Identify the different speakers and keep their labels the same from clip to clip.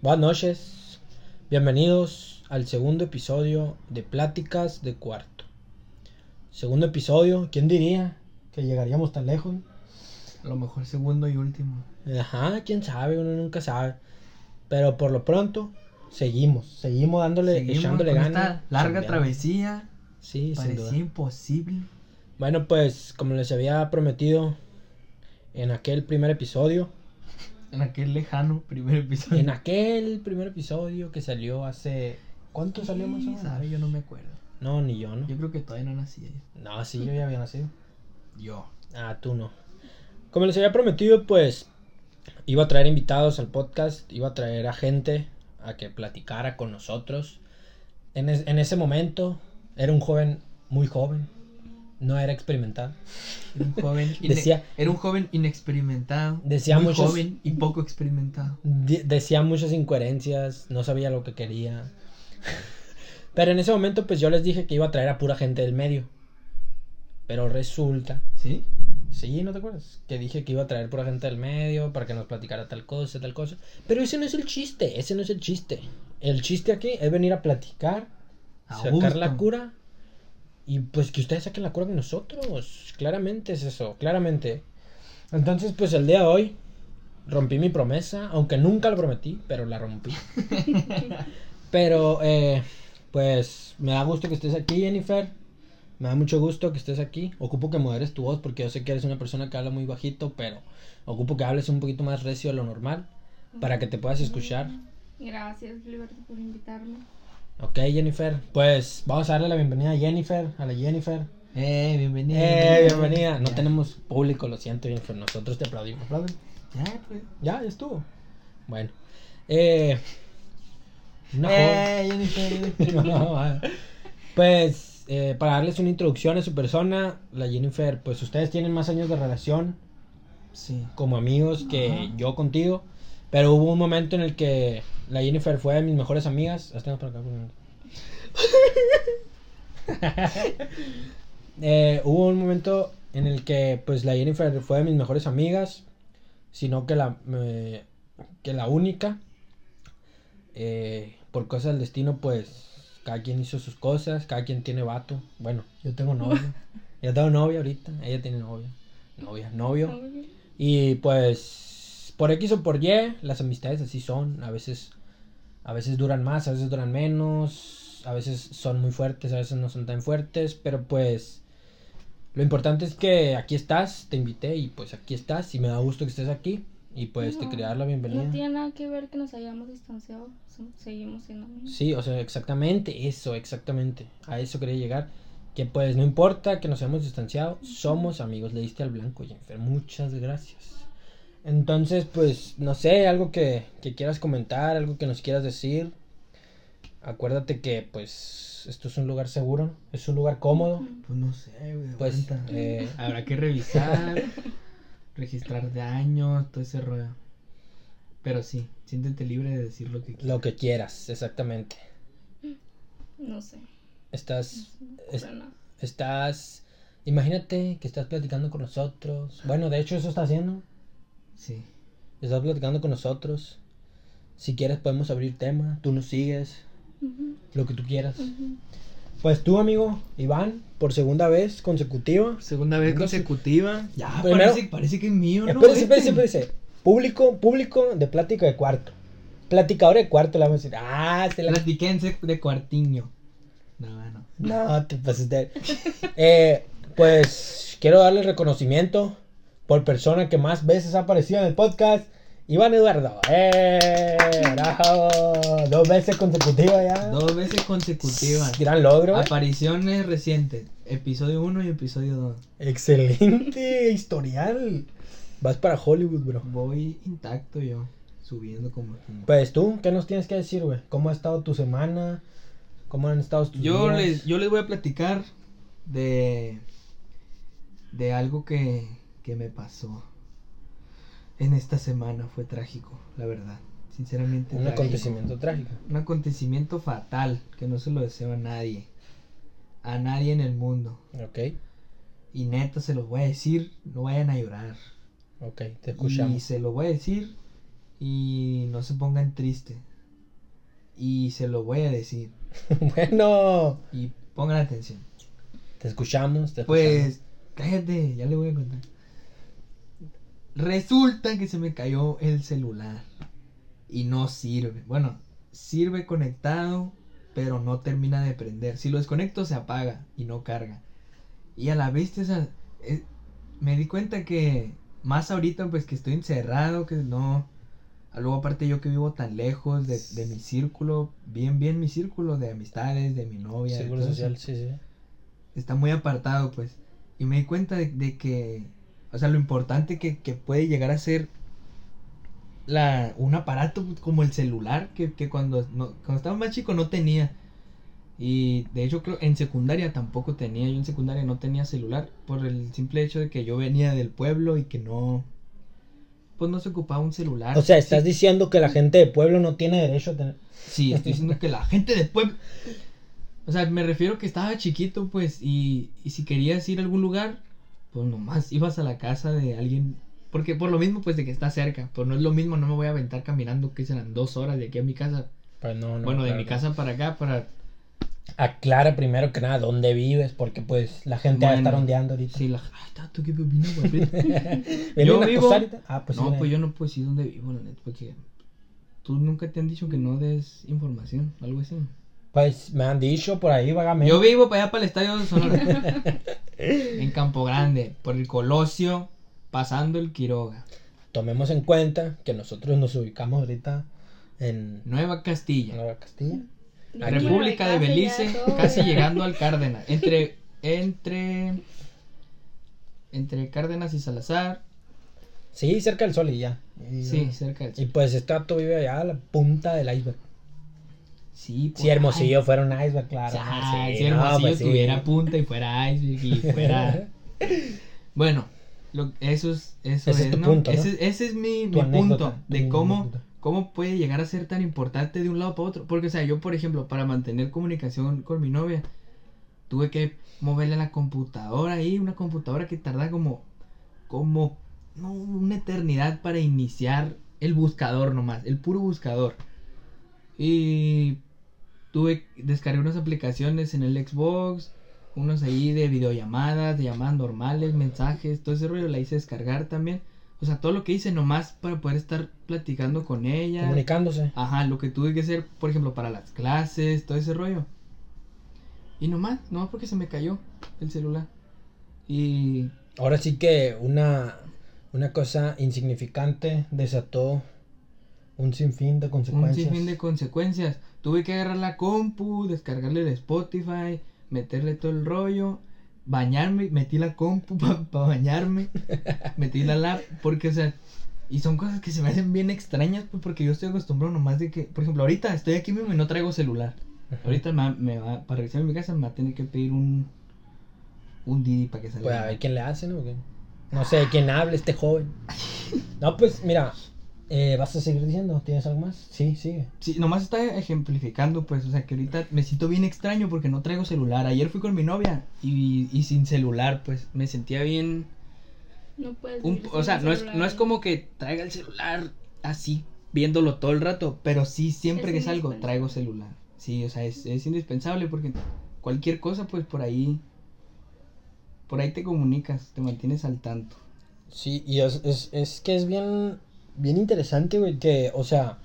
Speaker 1: Buenas noches, bienvenidos al segundo episodio de Pláticas de Cuarto. Segundo episodio, ¿quién diría que llegaríamos tan lejos?
Speaker 2: A lo mejor segundo y último.
Speaker 1: Ajá, quién sabe, uno nunca sabe. Pero por lo pronto, seguimos, seguimos dándole,
Speaker 2: Seguimos
Speaker 1: echándole
Speaker 2: con
Speaker 1: ganas.
Speaker 2: esta larga
Speaker 1: chambeando.
Speaker 2: travesía.
Speaker 1: Sí, sin
Speaker 2: parecía
Speaker 1: duda.
Speaker 2: imposible.
Speaker 1: Bueno, pues como les había prometido en aquel primer episodio,
Speaker 2: En aquel lejano primer episodio.
Speaker 1: en aquel primer episodio que salió hace... ¿Cuánto salió más o
Speaker 2: Sí,
Speaker 1: menos?
Speaker 2: sabe, yo no me acuerdo.
Speaker 1: No, ni yo, ¿no?
Speaker 2: Yo creo que todavía no nací.
Speaker 1: No, sí, yo ya había nacido.
Speaker 2: Yo.
Speaker 1: Ah, tú no. Como les había prometido, pues iba a traer invitados al podcast, iba a traer a gente a que platicara con nosotros. En, es- en ese momento era un joven muy joven, no era experimentado.
Speaker 2: Era un joven, ine-
Speaker 1: Decía-
Speaker 2: era un joven inexperimentado.
Speaker 1: Decía
Speaker 2: muy
Speaker 1: muchos-
Speaker 2: joven y poco experimentado.
Speaker 1: De- decía muchas incoherencias, no sabía lo que quería. Pero en ese momento, pues yo les dije que iba a traer a pura gente del medio. Pero resulta
Speaker 2: ¿Sí?
Speaker 1: Sí, ¿no te acuerdas? Que dije que iba a traer pura gente del medio para que nos platicara tal cosa, tal cosa. Pero ese no es el chiste, ese no es el chiste. El chiste aquí es venir a platicar,
Speaker 2: A
Speaker 1: sacar
Speaker 2: gusto.
Speaker 1: la cura y pues que ustedes saquen la cura con nosotros. Claramente es eso, claramente. Entonces, pues el día de hoy rompí mi promesa, aunque nunca la prometí, pero la rompí. pero, eh, pues me da gusto que estés aquí, Jennifer. Me da mucho gusto que estés aquí. Ocupo que moderes tu voz porque yo sé que eres una persona que habla muy bajito, pero ocupo que hables un poquito más recio de lo normal para que te puedas escuchar.
Speaker 3: Gracias, Liberty, por invitarme.
Speaker 1: Ok, Jennifer. Pues vamos a darle la bienvenida a Jennifer, a la Jennifer.
Speaker 2: Eh, bienvenida.
Speaker 1: Eh, bienvenida. No
Speaker 2: Ya.
Speaker 1: tenemos público, lo siento, Jennifer. Nosotros te aplaudimos. Aplauden.
Speaker 2: Ya, pues.
Speaker 1: Ya, ya estuvo. Bueno. Eh, una joven-
Speaker 2: Eh, Jennifer, Jennifer.
Speaker 1: pues eh, para darles una introducción a su persona, la Jennifer, pues ustedes tienen más años de relación
Speaker 2: Sí.
Speaker 1: como amigos que
Speaker 2: Ajá.
Speaker 1: yo contigo, pero hubo un momento en el que la Jennifer fue de mis mejores amigas. Las tengo por acá, por favor. Eh, hubo un momento en el que pues la Jennifer fue de mis mejores amigas, sino que la, eh, que la única. Eh, por cosas del destino, pues cada quien hizo sus cosas, cada quien tiene vato. Bueno, yo tengo novia. yo tengo novia ahorita, ella tiene novia. Novia, novio. Y pues por X o por Y, las amistades así son. A veces, a veces duran más, a veces duran menos, a veces son muy fuertes, a veces no son tan fuertes, pero pues lo importante es que aquí estás, te invité y pues aquí estás y me da gusto que estés aquí y pues te
Speaker 3: No,
Speaker 1: quería dar la bienvenida.
Speaker 3: No tiene nada que ver que nos hayamos distanciado. so- Seguimos siendo amigos.
Speaker 1: Sí, o sea, exactamente, eso, exactamente. A eso quería llegar. Que pues no importa que nos hayamos distanciado, somos amigos. Le diste al blanco, Jennifer. Muchas gracias. Entonces, pues, no sé, algo que, que quieras comentar, algo que nos quieras decir. Acuérdate que, pues, esto es un lugar seguro, es un lugar cómodo.
Speaker 2: Pues no sé, güey.
Speaker 1: Pues,
Speaker 2: aguanta.
Speaker 1: eh,
Speaker 2: Habrá que revisar, registrar daños, todo ese rollo. Pero sí, siéntete libre de decir lo que quieras.
Speaker 1: lo que quieras, exactamente.
Speaker 3: No sé.
Speaker 1: Estás, es-
Speaker 3: pero no.
Speaker 1: estás, imagínate que estás platicando con nosotros. Bueno, de hecho, eso está haciendo.
Speaker 2: Sí.
Speaker 1: Estás platicando con nosotros. Si quieres podemos abrir tema. Tú nos sigues.
Speaker 3: Ujú,
Speaker 1: Lo que tú quieras.
Speaker 3: ujú.
Speaker 1: Pues tú, amigo, Iván, por segunda vez consecutiva.
Speaker 2: Segunda vez
Speaker 1: Entonces,
Speaker 2: consecutiva. Ya,
Speaker 1: primero-
Speaker 2: parece, parece que es mío, ¿no?
Speaker 1: Espérese,
Speaker 2: Este.
Speaker 1: espérese, espérese. Público, público de plática de cuarto. Platicador de cuarto, le vamos a decir. Ah, se la...
Speaker 2: Platiquense de cuartiño. No, no.
Speaker 1: No, te pasaste. Eh, pues quiero darle reconocimiento por persona que más veces ha aparecido en el podcast. Iván Eduardo. ¡Eh! ¡Bravo! Dos veces consecutivas ya.
Speaker 2: Dos veces consecutivas.
Speaker 1: Gran logro. eh.
Speaker 2: Apariciones recientes. Episodio 1 y episodio 2.
Speaker 1: Excelente historial. Vas para Hollywood, bro.
Speaker 2: Voy intacto yo. Subiendo como.
Speaker 1: Pues tú, ¿qué nos tienes que decir, güey? ¿Cómo ha estado tu semana? ¿Cómo han estado tus
Speaker 2: Yo
Speaker 1: días?
Speaker 2: les, yo les voy a platicar de. de algo que, que me pasó. En esta semana fue trágico, la verdad. Sinceramente.
Speaker 1: Un
Speaker 2: trágico.
Speaker 1: acontecimiento trágico.
Speaker 2: Un acontecimiento fatal que no se lo deseo a nadie. A nadie en el mundo.
Speaker 1: Ok,
Speaker 2: Y neta se los voy a decir, no vayan a llorar.
Speaker 1: ok, te
Speaker 2: Y
Speaker 1: escuchamos.
Speaker 2: se los voy a decir y no se pongan tristes. Y se lo voy a decir.
Speaker 1: bueno,
Speaker 2: Y pongan atención.
Speaker 1: te escuchamos. Te escuchamos.
Speaker 2: Pues, cállate, ya le voy a contar. Resulta que se me cayó el celular. Y no sirve. Bueno, sirve conectado, pero no termina de prender. Si lo desconecto, se apaga y no carga. Y a la vez, esa- eh, me di cuenta que más ahorita, pues que estoy encerrado, que no. Ah, Luego, aparte, yo que vivo tan lejos de, de mi círculo, bien, bien mi círculo de amistades, de mi novia. de
Speaker 1: Seguro
Speaker 2: todo eso
Speaker 1: social, sí, sí.
Speaker 2: está muy apartado, pues. Y me di cuenta de, de que, o sea, lo importante que, que puede llegar a ser la, un aparato como el celular, que, que cuando, no- cuando estaba más chico no tenía. Y de hecho, creo, en secundaria tampoco tenía. Yo en secundaria no tenía celular por el simple hecho de que yo venía del pueblo y que no. Pues no se ocupaba un celular.
Speaker 1: O sea, estás
Speaker 2: Sí,
Speaker 1: diciendo que la gente de pueblo no tiene derecho a tener.
Speaker 2: Sí, estoy diciendo que la gente del pueblo. O sea, me refiero que estaba chiquito, pues, y, y si querías ir a algún lugar, pues nomás ibas a la casa de alguien. Porque por lo mismo, pues, de que está cerca. Pues no es lo mismo, no me voy a aventar caminando, que serán dos horas de aquí a mi casa.
Speaker 1: Pues no, no,
Speaker 2: bueno, de
Speaker 1: claro
Speaker 2: mi
Speaker 1: que-
Speaker 2: casa para acá, para.
Speaker 1: Aclara primero que nada dónde vives, porque pues la gente va a estar
Speaker 2: Bueno,
Speaker 1: ondeando ahorita.
Speaker 2: Sí, la. Ay, tato, qué pepino, güey.
Speaker 1: Pues ¿Viene
Speaker 2: Yo
Speaker 1: una
Speaker 2: vivo-
Speaker 1: cosarita? Ah, pues sí,
Speaker 2: no,
Speaker 1: viene.
Speaker 2: pues yo no puedo decir dónde vivo, la neta, porque. Tú nunca te han dicho que no des información, algo así.
Speaker 1: Pues me han dicho por ahí vagamente.
Speaker 2: Yo vivo para allá para el estadio de Sonora. en Campo Grande, por el Colosio, pasando el Quiroga.
Speaker 1: Tomemos en cuenta que nosotros nos ubicamos ahorita en
Speaker 2: Nueva Castilla.
Speaker 1: Nueva Castilla.
Speaker 3: Yo
Speaker 1: Aquí.
Speaker 3: quiero
Speaker 2: República de
Speaker 3: casi ya
Speaker 2: Belice,
Speaker 3: todo,
Speaker 2: casi
Speaker 3: ya.
Speaker 2: llegando al Cárdenas. Entre. Entre. Entre Cárdenas y Salazar.
Speaker 1: Sí, cerca del sol y ya. Y,
Speaker 2: Sí, cerca del
Speaker 1: Y pues este vato vive allá a la punta del iceberg.
Speaker 2: Sí,
Speaker 1: Si Hermosillo fuera un iceberg, claro.
Speaker 2: Ah,
Speaker 1: Sí,
Speaker 2: si
Speaker 1: no,
Speaker 2: Hermosillo
Speaker 1: pues sí.
Speaker 2: tuviera punta y fuera iceberg y fuera. bueno, lo- eso es,
Speaker 1: Ese
Speaker 2: eso
Speaker 1: es
Speaker 2: es,
Speaker 1: tu
Speaker 2: ¿no?
Speaker 1: punto, ¿no?
Speaker 2: Ese, ese es mi,
Speaker 1: Tu
Speaker 2: mi
Speaker 1: anécdota,
Speaker 2: punto
Speaker 1: tu
Speaker 2: de cómo,
Speaker 1: anécdota.
Speaker 2: cómo puede llegar a ser tan importante de un lado para otro. Porque, o sea, yo, por ejemplo, para mantener comunicación con mi novia, tuve que moverle a la computadora ahí, una computadora que tarda como, como no, una eternidad para iniciar el buscador nomás, el puro buscador. Y tuve, descargué unas aplicaciones en el Xbox, unos ahí de videollamadas, de llamadas normales, mensajes, todo ese rollo la hice descargar también. O sea, todo lo que hice nomás para poder estar platicando con ella.
Speaker 1: Comunicándose.
Speaker 2: Ajá, lo que tuve que hacer, por ejemplo, para las clases, todo ese rollo. Y nomás, nomás porque se me cayó el celular. Y
Speaker 1: Ahora sí que una, una cosa insignificante desató un sinfín de
Speaker 2: un
Speaker 1: consecuencias.
Speaker 2: sinfín de consecuencias. Tuve que agarrar la compu, descargarle el Spotify, meterle todo el rollo, bañarme, metí la compu para bañarme, metí la lap, porque, o sea, y son cosas que se me hacen bien extrañas, pues porque yo estoy acostumbrado nomás de que, por ejemplo, ahorita estoy aquí mismo y no traigo celular.
Speaker 1: Ajá.
Speaker 2: Ahorita me va- me va, para regresar a mi casa me va a tener que pedir un, un Didi para que salga.
Speaker 1: Pues a ver quién le hace, ¿no? Porque No sé de quién habla este joven. No, pues mira, eh, ¿vas a seguir diciendo? ¿Tienes algo más? Sí, sigue.
Speaker 2: Sí, nomás está ejemplificando, pues, o sea, que ahorita me siento bien extraño porque no traigo celular. Ayer fui con mi novia y, y sin celular, pues, me sentía bien...
Speaker 3: No puedes
Speaker 2: un-
Speaker 3: vivir
Speaker 2: o sea,
Speaker 3: sin
Speaker 2: no es,
Speaker 3: celular.
Speaker 2: no es como que traiga el celular así viéndolo todo el rato, pero sí, siempre
Speaker 3: Es
Speaker 2: que salgo
Speaker 3: indispensable.
Speaker 2: traigo celular. Sí, o sea, es, es indispensable porque cualquier cosa, pues, por ahí... Por ahí te comunicas, te mantienes al tanto.
Speaker 1: Sí, y es, es, es que es bien, bien interesante, güey, que, o sea,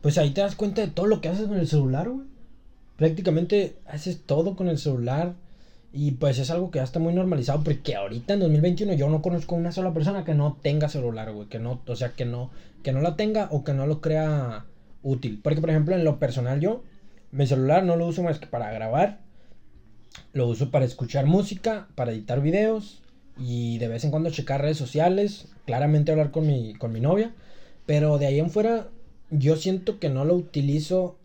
Speaker 1: pues ahí te das cuenta de todo lo que haces con el celular, güey. Prácticamente haces todo con el celular y pues es algo que ya está muy normalizado porque ahorita en 2021 yo no conozco una sola persona que no tenga celular, güey, que no, o sea, que no, que no la tenga o que no lo crea útil. Porque, por ejemplo, en lo personal yo, mi celular no lo uso más que para grabar, lo uso para escuchar música, para editar videos y de vez en cuando checar redes sociales, claramente hablar con mi, con mi novia, pero de ahí en fuera yo siento que no lo utilizo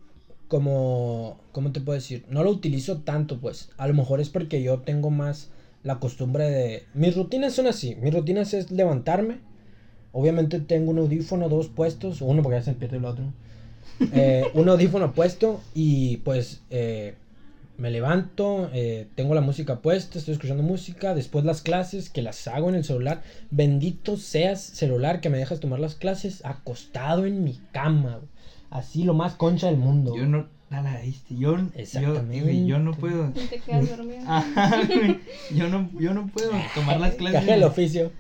Speaker 1: como, ¿cómo te puedo decir? No lo utilizo tanto, pues a lo mejor es porque yo tengo más la costumbre de... Mis rutinas son así, mis rutinas es levantarme, obviamente tengo un audífono, dos puestos, uno porque ya se pierde el otro, eh, un audífono puesto y pues... eh, me levanto, eh, tengo la música puesta, estoy escuchando música, después las clases que las hago en el celular. Bendito seas celular que me dejas tomar las clases acostado en mi cama. güey. Así lo más concha del mundo.
Speaker 2: Yo no. A la diste. Yo, yo,
Speaker 1: Exactamente.
Speaker 2: yo no puedo.
Speaker 3: Y te quedas dormido.
Speaker 2: Ajá, güey. Ah, yo no yo no puedo tomar las clases.
Speaker 1: Caja del oficio.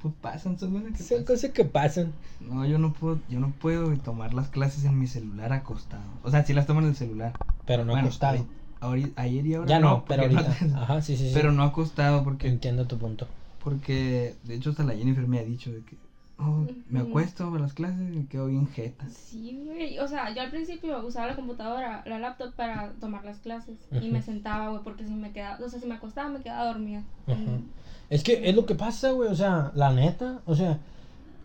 Speaker 2: Pues pasan, son buenas que
Speaker 1: Son
Speaker 2: pasan.
Speaker 1: cosas que pasan.
Speaker 2: No, yo no puedo, yo no puedo güey, tomar las clases en mi celular acostado. O sea, sí las tomo en el celular.
Speaker 1: Pero no
Speaker 2: Bueno,
Speaker 1: acostado.
Speaker 2: ahori- ahori- ayer y ahora
Speaker 1: Ya no, pero
Speaker 2: porque
Speaker 1: ahorita.
Speaker 2: no-
Speaker 1: Ajá, sí, sí, sí.
Speaker 2: pero no acostado porque
Speaker 1: Entiendo tu punto.
Speaker 2: porque de hecho hasta la Jennifer me ha dicho de que "Oh, me
Speaker 3: Ujú.
Speaker 2: acuesto a las clases y quedo bien jeta.
Speaker 3: Sí, güey. O sea, yo al principio usaba la computadora, la laptop para tomar las clases. Y me
Speaker 1: Ujú.
Speaker 3: sentaba, güey, porque si me quedaba, o sea, si me acostaba me quedaba dormida.
Speaker 1: Ajá. Es que es lo que pasa, güey. O sea, la neta. O sea,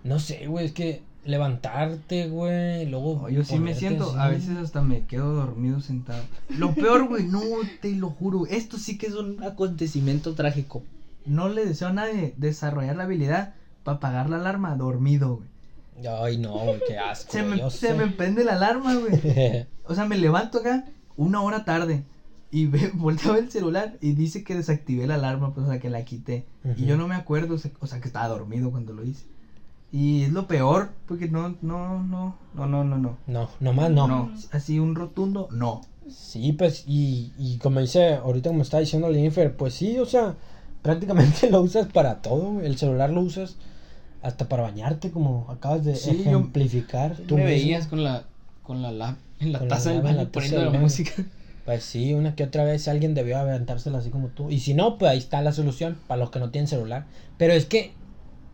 Speaker 1: no sé, güey. Es que levantarte, güey. Luego.
Speaker 2: No, yo sí me
Speaker 1: ponerte
Speaker 2: siento,
Speaker 1: así.
Speaker 2: a veces hasta me quedo dormido sentado. Lo peor, güey, no, te lo juro, esto sí que es un acontecimiento trágico. No le deseo a nadie desarrollar la habilidad para apagar la alarma dormido, güey.
Speaker 1: Ay, no, güey. Qué asco.
Speaker 2: Se
Speaker 1: güey,
Speaker 2: me,
Speaker 1: yo
Speaker 2: se
Speaker 1: sé.
Speaker 2: me prende la alarma, güey. O sea, me levanto acá una hora tarde y ve, volteo el celular y dice que desactivé la alarma, pues, o sea, que la quité. Y yo
Speaker 1: Ujú.
Speaker 2: no me acuerdo, o sea, o sea, que estaba dormido cuando lo hice. Y es lo peor, porque no, no, no, no, no, no, no.
Speaker 1: No, nomás no.
Speaker 2: No, así un rotundo, no.
Speaker 1: Sí, pues, y, y como dice, ahorita como está diciendo Jennifer, pues sí, o sea, prácticamente lo usas para todo, güey, el celular lo usas hasta para bañarte, como acabas de
Speaker 2: Sí, yo-
Speaker 1: ejemplificar. tú
Speaker 4: me
Speaker 1: mismo.
Speaker 4: veías con la con la lap- en la
Speaker 1: Con la
Speaker 4: taza del
Speaker 1: lava en la
Speaker 4: baño
Speaker 1: taza
Speaker 4: poniendo
Speaker 1: del
Speaker 4: la
Speaker 1: baño.
Speaker 4: música.
Speaker 1: Pues sí, una que otra vez alguien debió aventársela así como tú. Y si no, pues ahí está la solución para los que no tienen celular. Pero es que,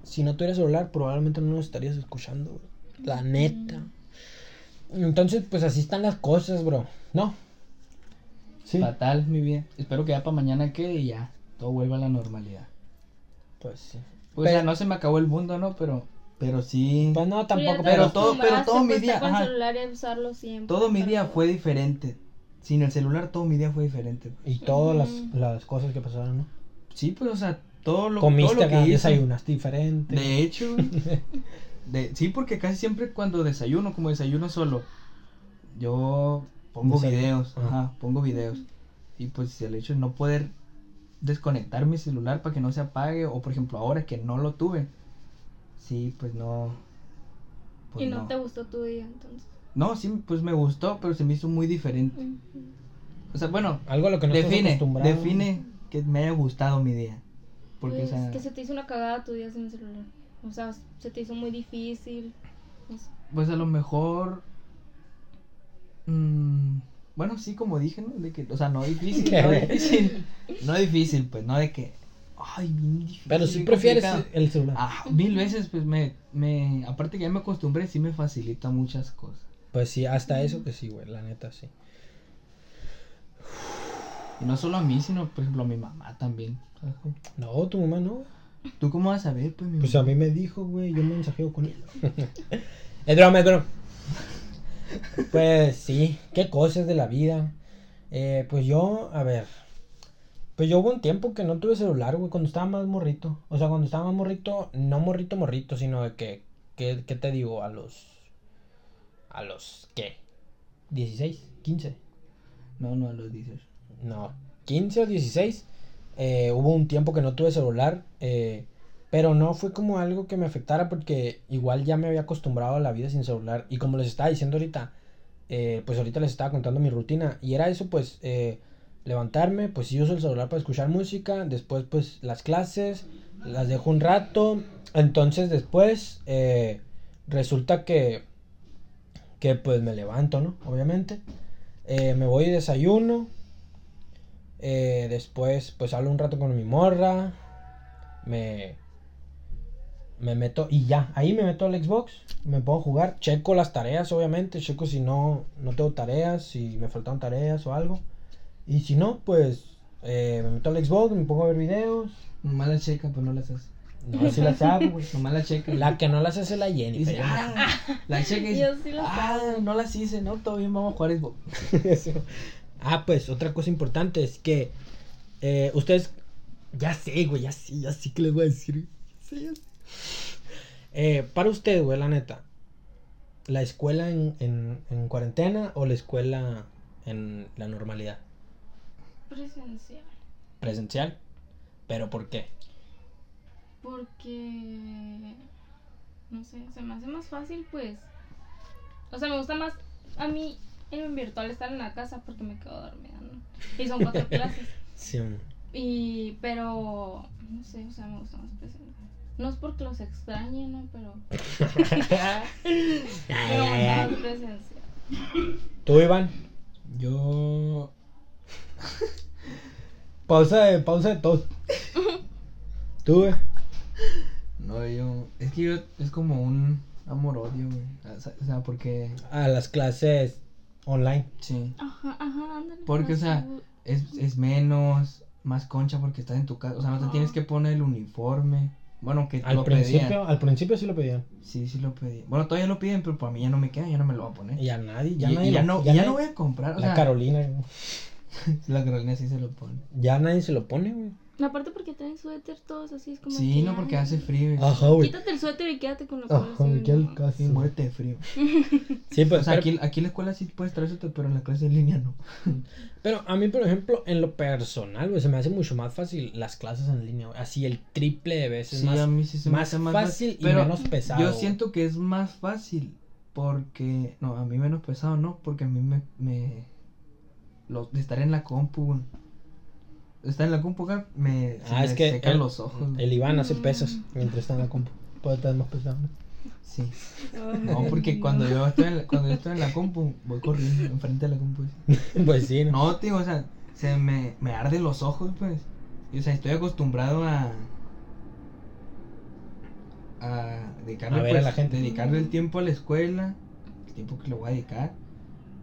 Speaker 1: si no tuvieras celular, probablemente no nos estarías escuchando, güey, la neta. Entonces, pues así están las cosas, bro, ¿no? Sí,
Speaker 4: Fatal, mi vida. Espero que ya para mañana quede y ya todo vuelva a la normalidad.
Speaker 1: pues sí.
Speaker 4: Pues
Speaker 1: Pero-
Speaker 4: ya no se me acabó el mundo, ¿no? Pero
Speaker 2: Pero sí.
Speaker 1: Pues no,
Speaker 3: Tú ya
Speaker 1: tampoco,
Speaker 3: te
Speaker 1: pero
Speaker 2: Pero todo- pero
Speaker 3: acostumbraste,
Speaker 2: todo mi
Speaker 3: pues,
Speaker 2: día,
Speaker 3: estar con
Speaker 2: ajá.
Speaker 3: el celular y usarlo siempre.
Speaker 2: Todo mi
Speaker 3: para
Speaker 2: día
Speaker 3: todo.
Speaker 2: fue diferente. Sin el celular todo mi día fue diferente.
Speaker 1: Y todas las,
Speaker 3: Ujú.
Speaker 1: las cosas que pasaron, ¿no?
Speaker 2: Sí, pues o sea, todo lo,
Speaker 1: Comiste
Speaker 2: todo lo
Speaker 1: acá,
Speaker 2: que hice-
Speaker 1: desayunaste diferente.
Speaker 2: De hecho, güey, de- sí, porque casi siempre cuando desayuno, como desayuno solo, yo pongo
Speaker 1: Desayuno.
Speaker 2: videos,
Speaker 1: Ah.
Speaker 2: ajá, pongo videos. Y pues el hecho de no poder desconectar mi celular para que no se apague, o por ejemplo ahora que no lo tuve, sí, pues no. pues,
Speaker 3: y no, te gustó tu día, entonces.
Speaker 2: No, sí, pues me gustó, pero se me hizo muy diferente.
Speaker 3: Ujú.
Speaker 2: O sea, bueno,
Speaker 1: Algo a lo que no estás
Speaker 2: define,
Speaker 1: acostumbrado.
Speaker 2: define que me haya gustado mi día. Porque,
Speaker 3: Pues,
Speaker 2: o sea,
Speaker 3: que se te hizo una cagada tu día sin el celular. O sea, se te hizo muy difícil. no sé.
Speaker 2: pues a lo mejor. mm, bueno, sí, como dije, ¿no? De que, o sea, no difícil, no difícil. No difícil, pues, no de que. Ay, bien difícil.
Speaker 1: Pero si
Speaker 2: bien
Speaker 1: prefieres
Speaker 2: complicado".
Speaker 1: el celular.
Speaker 2: Ah, mil veces, pues me, me. Aparte que ya me acostumbré, sí me facilita muchas cosas.
Speaker 1: Pues sí, hasta eso que sí, güey, la neta sí.
Speaker 2: Y no solo a mí, sino, por ejemplo, a mi mamá también. ¿sabes cómo?
Speaker 1: No, tu mamá no.
Speaker 2: ¿Tú cómo vas a ver, pues, mi
Speaker 1: Pues a
Speaker 2: mamá?
Speaker 1: mí me dijo, güey, yo mensajeo con él. es broma, es broma. Pues sí, qué cosas de la vida. Eh, pues yo, a ver. Pues yo hubo un tiempo que no tuve celular, güey, cuando estaba más morrito. O sea, cuando estaba más morrito, no morrito, morrito, sino de que, que, ¿qué te digo? A los... A los, ¿qué? ¿16? ¿15?
Speaker 2: No, no, lo dices.
Speaker 1: no, 15 o 16, eh, hubo un tiempo que no tuve celular, eh, pero no fue como algo que me afectara porque igual ya me había acostumbrado a la vida sin celular y como les estaba diciendo ahorita, eh, pues ahorita les estaba contando mi rutina y era eso pues eh, levantarme, pues sí uso el celular para escuchar música, después pues las clases, las dejo un rato, entonces después eh, resulta que, que pues me levanto, ¿no? Obviamente. Eh, me voy y desayuno, eh, después, pues hablo un rato con mi morra. Me. Me meto y ya. Ahí me meto al Xbox. Me puedo jugar. Checo las tareas, obviamente. Checo si no, no tengo tareas. Si me faltaron tareas o algo. Y si no, pues. eh, me meto al Xbox. Me pongo a ver videos.
Speaker 2: Nomás la checa, pues no las haces.
Speaker 1: No, si las hago, güey.
Speaker 2: Nomás la checa.
Speaker 1: La que no las hace la
Speaker 2: Y
Speaker 1: Jenny.
Speaker 2: dice, ah, la checa y dice,
Speaker 3: Yo sí las
Speaker 2: ah, no las hice, no, todavía vamos a jugar Xbox.
Speaker 1: Ah, pues otra cosa importante es que eh, ustedes. Ya sé, güey, ya sé, ya sé que les voy a decir. Sí, ya sé. Eh, para usted, güey, la neta, ¿la escuela en, en- en cuarentena o la escuela en la normalidad?
Speaker 3: Presencial.
Speaker 1: Presencial. ¿Pero por qué?
Speaker 3: Porque. No sé, se me hace más fácil, pues. O sea, me gusta más a mí en virtual estar en la casa porque me quedo dormida, ¿no? Y son cuatro clases.
Speaker 1: Sí, mo.
Speaker 3: Y, pero, no sé, o sea, me gusta más presencial. No es porque los extrañe, ¿no? Pero, pero me gusta más presencial.
Speaker 1: ¿Tú, Iván?
Speaker 2: Yo.
Speaker 1: Pausa de, pausa de tos. ¿Tú, güey?
Speaker 2: No, yo. Es que yo. Es como un amor-odio, güey. O sea- O sea, porque.
Speaker 1: A las clases online.
Speaker 2: Sí.
Speaker 3: Ajá, ajá, ándale.
Speaker 2: Porque, o sea,
Speaker 3: Así.
Speaker 2: es, es menos. Más concha porque estás en tu casa. O sea, no te
Speaker 3: Ajá.
Speaker 2: tienes que poner el uniforme. Bueno, que
Speaker 1: Al
Speaker 2: lo
Speaker 1: principio,
Speaker 2: pedían.
Speaker 1: al principio sí lo pedían.
Speaker 2: Sí, sí lo pedí. Bueno, todavía lo piden, pero para mí ya no me queda, ya no me lo voy a poner.
Speaker 1: Y ya nadie,
Speaker 2: Y-
Speaker 1: ya
Speaker 2: y
Speaker 1: nadie. lo-
Speaker 2: no, y ya
Speaker 1: nadie-
Speaker 2: no voy a comprar. O
Speaker 1: La
Speaker 2: sea,
Speaker 1: Carolina, güey.
Speaker 2: la Carolina sí se lo pone.
Speaker 1: ya nadie se lo pone, güey.
Speaker 3: Aparte porque traen suéter todos así, es como
Speaker 2: Sí,
Speaker 3: que,
Speaker 2: no,
Speaker 3: ay,
Speaker 2: porque hace frío. güey.
Speaker 1: Ajá, güey.
Speaker 3: Quítate el suéter y quédate con la
Speaker 1: Ajá,
Speaker 3: cola
Speaker 1: güey,
Speaker 3: así,
Speaker 1: qué
Speaker 3: ¿no?
Speaker 1: el caso.
Speaker 2: Sí, muérete de frío.
Speaker 1: Sí, pues,
Speaker 2: O
Speaker 1: pero,
Speaker 2: sea, aquí, aquí en la escuela sí puedes traer eso, pero en la clase en línea no.
Speaker 1: pero a mí, por ejemplo, en lo personal, güey, se me hace mucho más fácil las clases en línea, güey. Así el triple de veces
Speaker 2: Sí,
Speaker 1: más.
Speaker 2: a mí sí se me
Speaker 1: más
Speaker 2: hace más
Speaker 1: fácil y
Speaker 2: pero
Speaker 1: menos pesado.
Speaker 2: Yo
Speaker 1: güey.
Speaker 2: siento que es más fácil porque. No, a mí menos pesado no, porque a mí me. me lo- de estar en la compu. güey. Estar en la compu acá me. se
Speaker 1: Ah,
Speaker 2: me
Speaker 1: es que
Speaker 2: secan
Speaker 1: el-
Speaker 2: los ojos. güey.
Speaker 1: El Iván hace pesas mientras está en la compu. Puede estar más pesado. ¿no?
Speaker 2: Sí. No, porque cuando yo estoy en la, cuando yo estoy en la compu, voy corriendo enfrente de la compu. así.
Speaker 1: pues sí, ¿no?
Speaker 2: No, tío, o sea, se me, me arden los ojos, pues. Y, o sea, estoy acostumbrado a. a dedicarle,
Speaker 1: A ver a
Speaker 2: pues,
Speaker 1: la gente.
Speaker 2: dedicarle el tiempo a la escuela, el tiempo que le voy a dedicar.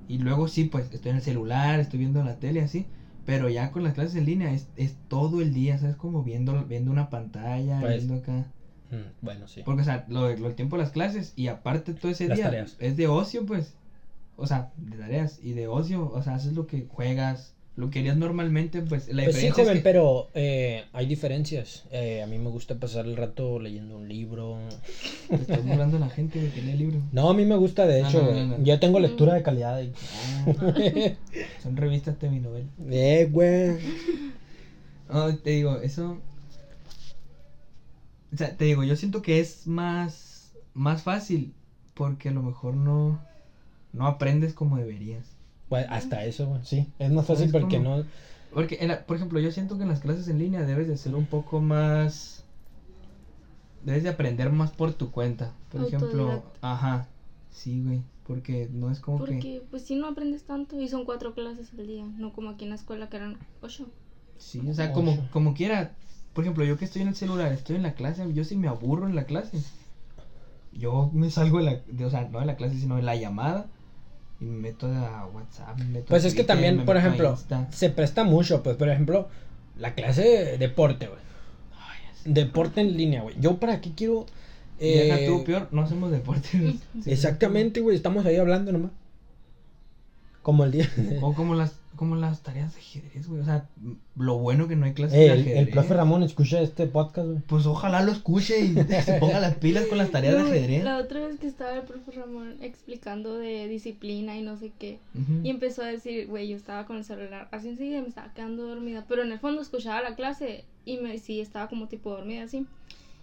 Speaker 2: Y luego sí, pues estoy en el celular, estoy viendo la tele, así. Pero ya con las clases en línea es, es todo el día, ¿sabes? Como viendo, viendo una pantalla,
Speaker 1: Pues,
Speaker 2: viendo acá.
Speaker 1: Mm, Bueno, sí.
Speaker 2: Porque, o sea, lo, de- lo del tiempo de las clases y aparte todo ese
Speaker 1: Las
Speaker 2: día
Speaker 1: tareas.
Speaker 2: es de ocio, pues. O sea, de tareas y de ocio. O sea, haces lo que juegas, lo que harías normalmente, pues. La
Speaker 1: Pues sí,
Speaker 2: diferencia
Speaker 1: joven,
Speaker 2: es que-
Speaker 1: pero eh, hay diferencias. Eh, a mí me gusta pasar el rato leyendo un libro.
Speaker 2: Te estás burlando a la gente de que lee libros.
Speaker 1: Ah, No, a mí me gusta, de
Speaker 2: No,
Speaker 1: hecho.
Speaker 2: no,
Speaker 1: güey.
Speaker 2: no, no.
Speaker 1: Yo tengo lectura de calidad. y-
Speaker 2: Son revistas de mi novela.
Speaker 1: eh, güey.
Speaker 2: No, te digo, eso. O sea, te digo, yo siento que es más, más fácil porque a lo mejor no, no aprendes como deberías.
Speaker 1: Bueno, Pues, hasta eso, güey. Sí, es más fácil
Speaker 2: Es
Speaker 1: porque
Speaker 2: como-
Speaker 1: no.
Speaker 2: Porque, en la- por ejemplo, yo siento que en las clases en línea debes de ser un poco más... Debes de aprender más por tu cuenta. Por ejemplo,
Speaker 3: Autodidacta.
Speaker 2: ajá. Sí, güey. Porque no es como que...
Speaker 3: Porque pues si no aprendes tanto y son cuatro clases al día, no como aquí en la escuela que eran ocho.
Speaker 2: Sí, o sea,
Speaker 1: Ocho.
Speaker 2: como, como quiera. Por ejemplo, yo que estoy en el celular, estoy en la clase, yo si me aburro en la clase. Yo me salgo de la... de- o sea, no de la clase, sino de la llamada. Y me meto a WhatsApp. me meto a
Speaker 1: Pues es que
Speaker 2: Twitter,
Speaker 1: también,
Speaker 2: me
Speaker 1: por
Speaker 2: meto a
Speaker 1: ejemplo,
Speaker 2: Insta.
Speaker 1: se presta mucho. Pues, por ejemplo, la clase de deporte, güey. Deporte en línea, güey. Yo para qué quiero.
Speaker 2: Y deja
Speaker 1: eh,
Speaker 2: tú, peor, no hacemos deporte.
Speaker 1: Exactamente, güey. Estamos ahí hablando nomás. Como el día.
Speaker 2: O como las, como las tareas de ajedrez, güey. O sea, m- lo bueno que no hay clases
Speaker 1: Eh,
Speaker 2: de
Speaker 1: el,
Speaker 2: ajedrez.
Speaker 1: el profe Ramón escucha este podcast, güey.
Speaker 2: Pues ojalá lo escuche y se ponga las pilas con las tareas de
Speaker 3: No,
Speaker 2: ajedrez.
Speaker 3: La otra vez que estaba el profe Ramón explicando de disciplina y no sé qué.
Speaker 2: Ujú.
Speaker 3: Y empezó a decir, güey, yo estaba con el celular, así enseguida me estaba quedando dormida, pero en el fondo escuchaba la clase y me sí estaba como tipo dormida así.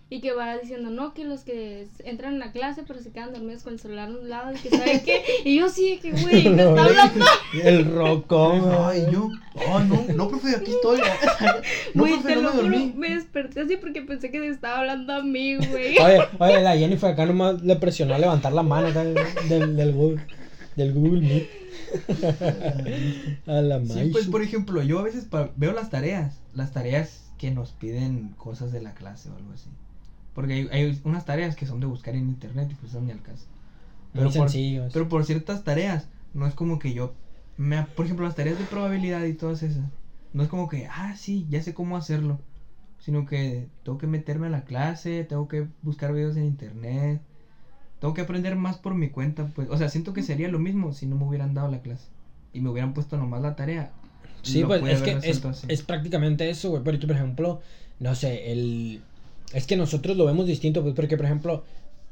Speaker 3: Y que va diciendo, no, que los que s- entran a la clase pero se quedan dormidos con el celular a un lado y que saben qué. Y yo sí, de que güey, me está hablando.
Speaker 1: el rocón, güey.
Speaker 2: Ay, yo. Oh, no, no, profe, aquí estoy. No,
Speaker 3: Güey,
Speaker 2: profe,
Speaker 3: te
Speaker 2: no
Speaker 3: lo
Speaker 2: me
Speaker 3: juro,
Speaker 2: dormí.
Speaker 3: me desperté así porque pensé que se estaba hablando a mí, güey.
Speaker 1: Oye, oye, la Jennifer acá nomás le presionó a levantar la mano acá del, del, del Google, del Google Meet. A la
Speaker 2: Sí,
Speaker 1: madre.
Speaker 2: pues por ejemplo, yo a veces pa- veo las tareas, las tareas que nos piden cosas de la clase o algo así. Porque hay, hay unas tareas que son de buscar en internet y pues son ni al caso.
Speaker 1: Muy
Speaker 2: por-
Speaker 1: sencillo.
Speaker 2: Pero por ciertas tareas, no es como que yo. Me, ap- por ejemplo, las tareas de probabilidad y todas esas. No es como que, ah, sí, ya sé cómo hacerlo. Sino que tengo que meterme a la clase, tengo que buscar videos en internet. Tengo que aprender más por mi cuenta, pues. O sea, siento que sería lo mismo si no me hubieran dado la clase. Y me hubieran puesto nomás la tarea.
Speaker 1: Sí,
Speaker 2: lo
Speaker 1: pues
Speaker 2: pude
Speaker 1: es que
Speaker 2: haber
Speaker 1: es,
Speaker 2: resuelto así.
Speaker 1: es prácticamente eso, güey. Pero tú, por ejemplo, no sé, el. Es que nosotros lo vemos distinto, pues, porque, por ejemplo,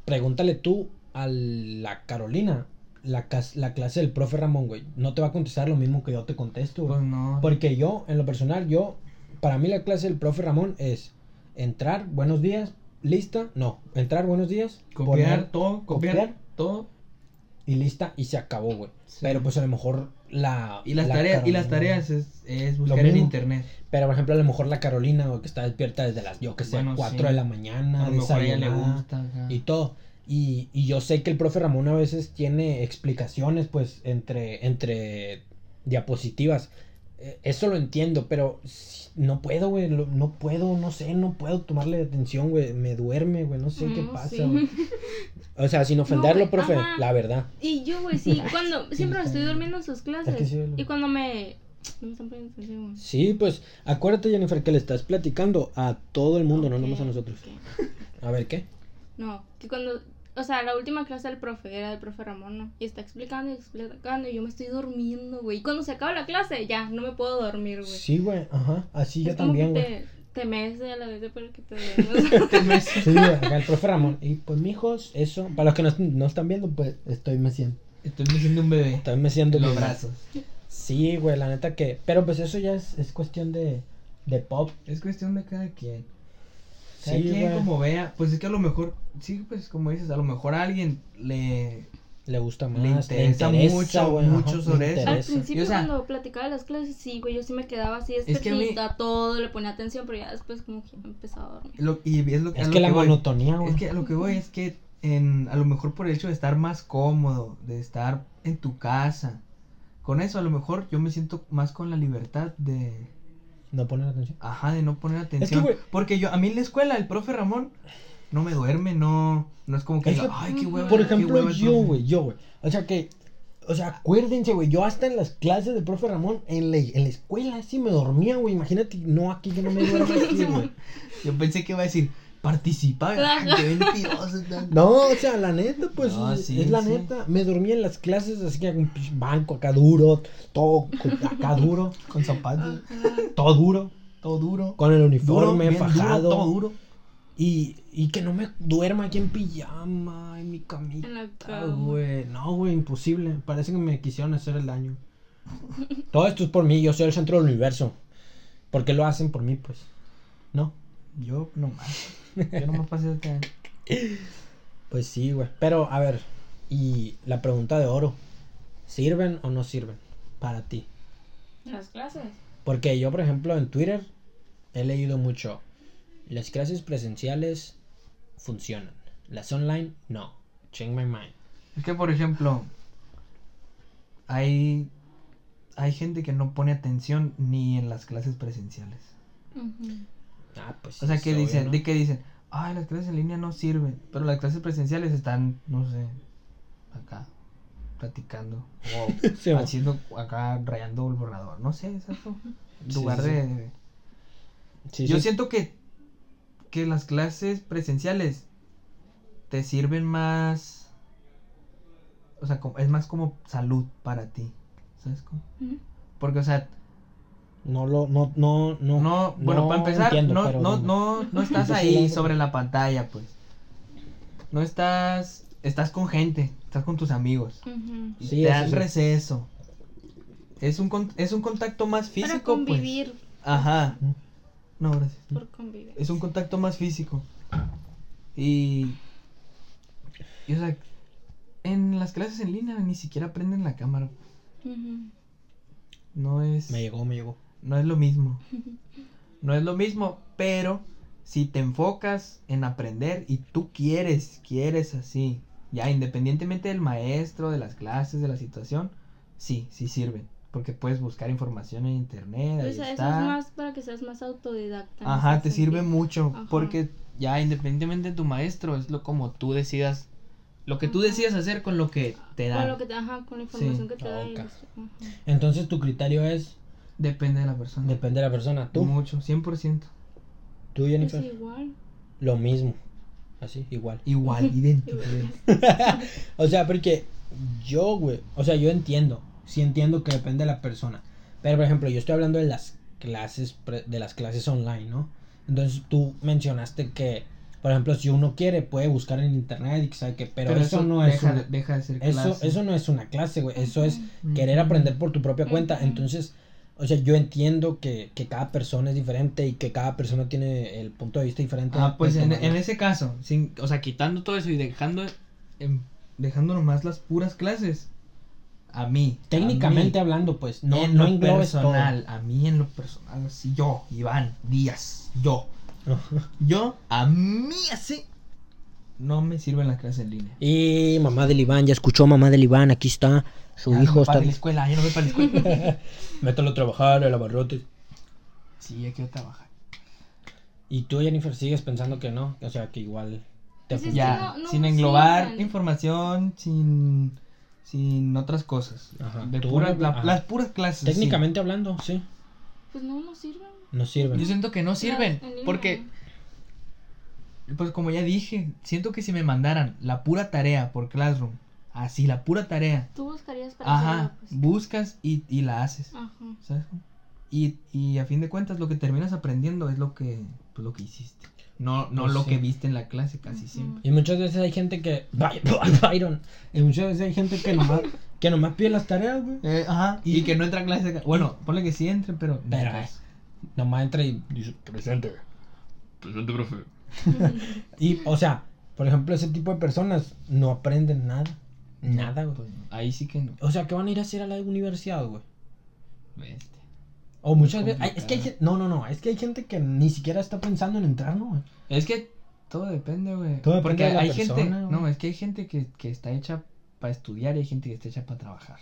Speaker 1: pregúntale tú a la Carolina, la, cas- la clase del profe Ramón, güey. No te va a contestar lo mismo que yo te contesto, güey.
Speaker 2: Pues no.
Speaker 1: Porque yo, en lo personal, yo, para mí la clase del profe Ramón es entrar, buenos días, lista, no, entrar, buenos días,
Speaker 2: copiar
Speaker 1: poner,
Speaker 2: todo, copiar,
Speaker 1: copiar.
Speaker 2: todo.
Speaker 1: y lista y se acabó, güey.
Speaker 2: Sí.
Speaker 1: Pero pues a lo mejor la...
Speaker 2: Y las
Speaker 1: la
Speaker 2: tareas, y las
Speaker 1: Carolina-
Speaker 2: tareas es, es buscar en
Speaker 1: mismo.
Speaker 2: internet.
Speaker 1: Pero por ejemplo a lo mejor la Carolina, güey, que está despierta desde las, yo que sé,
Speaker 2: Bueno,
Speaker 1: 4
Speaker 2: sí.
Speaker 1: de la mañana,
Speaker 2: A lo mejor a ella le
Speaker 1: desayunada,
Speaker 2: gusta. ajá.
Speaker 1: y todo. Y, y yo sé que el profe Ramón a veces tiene explicaciones, pues, entre, entre diapositivas. Eh, Eso lo entiendo, pero s- no puedo, güey, lo- no puedo, no sé, no puedo tomarle atención, güey, me duerme, güey, no sé qué
Speaker 3: No,
Speaker 1: pasa,
Speaker 3: sí.
Speaker 1: güey. O sea, sin ofenderlo,
Speaker 3: güey,
Speaker 1: profe,
Speaker 3: ajá.
Speaker 1: la verdad.
Speaker 3: Y yo, güey, sí, cuando siempre me estoy durmiendo en sus clases.
Speaker 1: Es que sí, lo-
Speaker 3: Y cuando me. No me están poniendo atención, güey.
Speaker 1: Sí, pues, acuérdate, Jennifer, que le estás platicando a todo el mundo, no
Speaker 3: Ok,
Speaker 1: nomás a nosotros.
Speaker 3: ok.
Speaker 1: A ver, ¿qué?
Speaker 3: No, que cuando. O sea, la última clase del profe era del profe Ramón, ¿no? Y está explicando y explicando y yo me estoy durmiendo, güey. Y cuando se acaba la clase, ya, no me puedo dormir, güey.
Speaker 1: Sí, güey, ajá, así
Speaker 3: Es
Speaker 1: yo
Speaker 3: como
Speaker 1: también,
Speaker 3: que
Speaker 1: güey.
Speaker 3: Te, te mece a la vez de para que te duermas.
Speaker 1: Sí, güey, acá el profe Ramón. Y pues, mijos, eso, para los que no, no están viendo, pues, estoy meciendo.
Speaker 2: Estoy meciendo un bebé.
Speaker 1: Estoy meciendo
Speaker 2: Los
Speaker 1: mi-
Speaker 2: brazos.
Speaker 1: Sí, güey, la neta que... Pero pues eso ya es, es cuestión de, de pop.
Speaker 2: Es cuestión de cada quien. Cada
Speaker 1: Sí,
Speaker 2: quien
Speaker 1: güey,
Speaker 2: como vea. Pues es que a lo mejor, sí, pues como dices, a lo mejor a alguien le...
Speaker 1: le gusta más,
Speaker 2: le interesa mucho,
Speaker 1: güey, ajá,
Speaker 2: mucho
Speaker 1: le
Speaker 2: sobre eso.
Speaker 1: interesa.
Speaker 3: Al principio
Speaker 2: Y, o sea,
Speaker 3: cuando platicaba las clases, sí, güey, yo sí me quedaba así,
Speaker 2: que a mí-
Speaker 3: despierta a todo, le ponía atención, pero ya después como que empezaba a dormir.
Speaker 2: lo- y es lo, a
Speaker 1: Es
Speaker 2: lo
Speaker 1: que la
Speaker 2: voy.
Speaker 1: monotonía, güey.
Speaker 2: Es que a lo que voy es que en, a lo mejor por el hecho de estar más cómodo, de estar en tu casa, con eso a lo mejor yo me siento más con la libertad de,
Speaker 1: No ponen atención.
Speaker 2: ajá, de no poner atención.
Speaker 1: güey-
Speaker 2: Porque yo, a mí en la escuela, el profe Ramón no me duerme, no, no es como que,
Speaker 1: Es
Speaker 2: diga,
Speaker 1: que,
Speaker 2: ay, qué hueva.
Speaker 1: Por
Speaker 2: qué
Speaker 1: ejemplo,
Speaker 2: hueva el
Speaker 1: yo,
Speaker 2: profe".
Speaker 1: güey, yo, güey. O sea que... O sea, acuérdense, güey, yo hasta en las clases del profe Ramón, en la, en la escuela, sí me dormía, güey. Imagínate, no aquí, que no me duermo aquí, güey.
Speaker 2: Yo pensé que iba a decir, participa, ah, qué mentiroso. tal.
Speaker 1: No, o sea, la neta, pues,
Speaker 2: No,
Speaker 1: es-
Speaker 2: Ah, sí,
Speaker 1: es la
Speaker 2: sí.
Speaker 1: neta. Me dormía en las clases, así que un pinche banco acá duro, todo co- acá duro,
Speaker 2: Con zapatos,
Speaker 1: todo duro,
Speaker 2: todo duro.
Speaker 1: con el
Speaker 2: Duro,
Speaker 1: uniforme
Speaker 2: bien duro,
Speaker 1: fajado.
Speaker 2: todo duro.
Speaker 1: Y, y que no me duerma aquí en pijama, en mi camita,
Speaker 2: ah,
Speaker 3: En la cama.
Speaker 1: güey. No, güey, imposible. Parece que me quisieron hacer el daño. todo esto es por mí, yo soy el centro del universo. ¿Por qué lo hacen por mí, pues? No,
Speaker 2: Yo nomás, yo nomás pasé acá.
Speaker 1: pues sí, güey. Pero, a ver, y la pregunta de oro: ¿sirven o no sirven para ti?
Speaker 3: Las clases.
Speaker 1: Porque yo, por ejemplo, en Twitter he leído mucho. Las clases presenciales funcionan. Las online, no. Change my mind.
Speaker 2: Es que, por ejemplo, hay, hay gente que no pone atención ni en las clases presenciales.
Speaker 3: Ujú.
Speaker 1: Ah, pues
Speaker 2: O sea,
Speaker 1: es
Speaker 2: que
Speaker 1: obvio,
Speaker 2: dicen,
Speaker 1: ¿no?
Speaker 2: de que dicen, ay, las clases en línea no sirven, pero las clases presenciales están, no sé, acá, platicando, o
Speaker 1: Sí, mo.
Speaker 2: haciendo, acá, rayando el borrador, no sé, exacto. En
Speaker 1: Sí,
Speaker 2: lugar
Speaker 1: sí, sí.
Speaker 2: de...
Speaker 1: Sí,
Speaker 2: Yo
Speaker 1: sí.
Speaker 2: siento que, que las clases presenciales te sirven más. O sea, como- es más como salud para ti. ¿Sabes cómo?
Speaker 3: Ujú.
Speaker 2: Porque, o sea,
Speaker 1: No lo, no, no, no.
Speaker 2: no, bueno, para empezar,
Speaker 1: entiendo,
Speaker 2: no,
Speaker 1: pero
Speaker 2: no,
Speaker 1: dime.
Speaker 2: no, no estás
Speaker 1: Yo sí
Speaker 2: ahí
Speaker 1: la-
Speaker 2: sobre la pantalla, pues. No estás, estás con gente, estás con tus amigos.
Speaker 3: Ujú.
Speaker 2: Y
Speaker 1: Sí,
Speaker 2: te
Speaker 1: eso
Speaker 2: dan
Speaker 1: sí.
Speaker 2: receso. Es un, con- es un contacto más físico,
Speaker 3: Para convivir,
Speaker 2: pues. Ajá. No, gracias.
Speaker 3: por convivir.
Speaker 2: es un contacto más físico. Y, y, o sea, en las clases en línea ni siquiera prenden la cámara.
Speaker 3: Ujú.
Speaker 2: No es,
Speaker 1: Me llegó, me llegó.
Speaker 2: no es lo mismo. No es lo mismo, pero si te enfocas en aprender y tú quieres, quieres así, ya independientemente del maestro, de las clases, de la situación, sí, sí sirven. Porque puedes buscar información en internet.
Speaker 3: O
Speaker 2: ahí
Speaker 3: sea, Pues eso es
Speaker 2: está.
Speaker 3: más para que seas más autodidacta. en
Speaker 2: Ajá,
Speaker 3: ese
Speaker 2: te sirve
Speaker 3: sentido.
Speaker 2: mucho
Speaker 3: Ajá.
Speaker 2: porque ya independientemente de tu maestro es lo como tú decidas, lo que tú
Speaker 3: Ajá.
Speaker 2: decidas hacer con lo que te
Speaker 3: Con
Speaker 2: dan.
Speaker 3: lo que te, ajá, con la información que te da. y
Speaker 1: Ok.
Speaker 3: los- ajá.
Speaker 1: Entonces tu criterio es,
Speaker 2: Depende de la persona.
Speaker 1: depende de la persona. Tú,
Speaker 2: Mucho, 100%.
Speaker 1: tú,
Speaker 3: Es
Speaker 1: Jennifer,
Speaker 3: igual.
Speaker 1: lo mismo. Así, igual.
Speaker 2: Igual, idéntico.
Speaker 1: o sea, porque yo, güey, o sea, yo entiendo, sí entiendo que depende de la persona. Pero por ejemplo, yo estoy hablando de las clases pre- de las clases online, ¿no? Entonces tú mencionaste que por ejemplo, si uno quiere puede buscar en internet y que sabe que, pero, eso, no es
Speaker 2: deja,
Speaker 1: una,
Speaker 2: de- deja de ser
Speaker 1: eso,
Speaker 2: clase.
Speaker 1: eso no es una clase, güey, eso es
Speaker 2: Ujú.
Speaker 1: querer aprender por tu propia cuenta.
Speaker 3: Ujú.
Speaker 1: Entonces, o sea, yo entiendo que, que cada persona es diferente y que cada persona tiene el punto de vista diferente.
Speaker 2: Ah, pues
Speaker 1: de
Speaker 2: en,
Speaker 1: tomarlo.
Speaker 2: en ese caso, sin, o sea, quitando todo eso y dejando en- dejando nomás las puras clases, a mí. a
Speaker 1: Técnicamente
Speaker 2: mí,
Speaker 1: hablando, pues, no,
Speaker 2: en
Speaker 1: no
Speaker 2: lo
Speaker 1: englobes todo.
Speaker 2: personal, a mí en lo personal, así yo, Iván Díaz, yo, yo, a mí así, no me sirven las clases en línea.
Speaker 5: Y mamá del Iván, ya escuchó mamá del Iván, aquí está. Su
Speaker 2: Ya Ah, no
Speaker 5: hijo
Speaker 2: voy
Speaker 5: está.
Speaker 2: para la escuela, ya no voy para la escuela.
Speaker 1: Mételo a trabajar, el abarrote.
Speaker 2: sí, ya quiero trabajar.
Speaker 1: Y tú, Jennifer, sigues pensando que no. O sea, que igual te
Speaker 3: Pues es
Speaker 1: funciona.
Speaker 3: que
Speaker 2: ya,
Speaker 3: no- no
Speaker 2: sin englobar
Speaker 3: sirven.
Speaker 2: información, sin, sin otras cosas.
Speaker 1: Ajá.
Speaker 2: De
Speaker 1: Tú,
Speaker 2: puras- la-
Speaker 1: ajá.
Speaker 2: las puras clases. sí.
Speaker 1: Técnicamente hablando, sí.
Speaker 3: Pues no, no sirve.
Speaker 1: No
Speaker 2: Yo
Speaker 1: sirve.
Speaker 2: siento que no sirven,
Speaker 3: Claro, en línea,
Speaker 2: porque, pues como ya dije, siento que si me mandaran la pura tarea por Classroom, así, la pura tarea,
Speaker 3: Tú buscarías para
Speaker 2: ajá,
Speaker 3: hacerlo, pues.
Speaker 2: buscas y, y la haces,
Speaker 3: Ajá.
Speaker 2: ¿sabes cómo? Y, y a fin de cuentas lo que terminas aprendiendo es lo que, pues, lo que hiciste, no, no
Speaker 1: Pues
Speaker 2: lo
Speaker 1: sí.
Speaker 2: que viste en la clase casi
Speaker 3: Ujú.
Speaker 2: siempre.
Speaker 1: Y muchas veces hay gente que. By- Byron. Y muchas veces hay gente que nomás, que nomás pide las tareas, güey.
Speaker 2: Eh, ajá, y, que no entra a clase, bueno, ponle que sí entre, pero... no
Speaker 1: Pero,
Speaker 2: entras.
Speaker 1: Nomás entra y dice, presente.
Speaker 6: Presente, profe.
Speaker 1: Y, o sea, por ejemplo, ese tipo de personas no aprenden nada. Nada, güey.
Speaker 2: Pues, ahí sí que no.
Speaker 1: O sea, que van a ir a hacer a la universidad, güey.
Speaker 2: Este.
Speaker 1: O muchas veces. ay, es
Speaker 2: complicado.
Speaker 1: que hay gente. No, no, no. Es que hay gente que ni siquiera está pensando en entrar, ¿no, güey?
Speaker 2: Es que todo depende, güey.
Speaker 1: Todo depende
Speaker 2: Porque
Speaker 1: de la
Speaker 2: hay
Speaker 1: persona,
Speaker 2: gente,
Speaker 1: güey.
Speaker 2: no, es que hay gente que, que está hecha para estudiar y hay gente que está hecha para trabajar.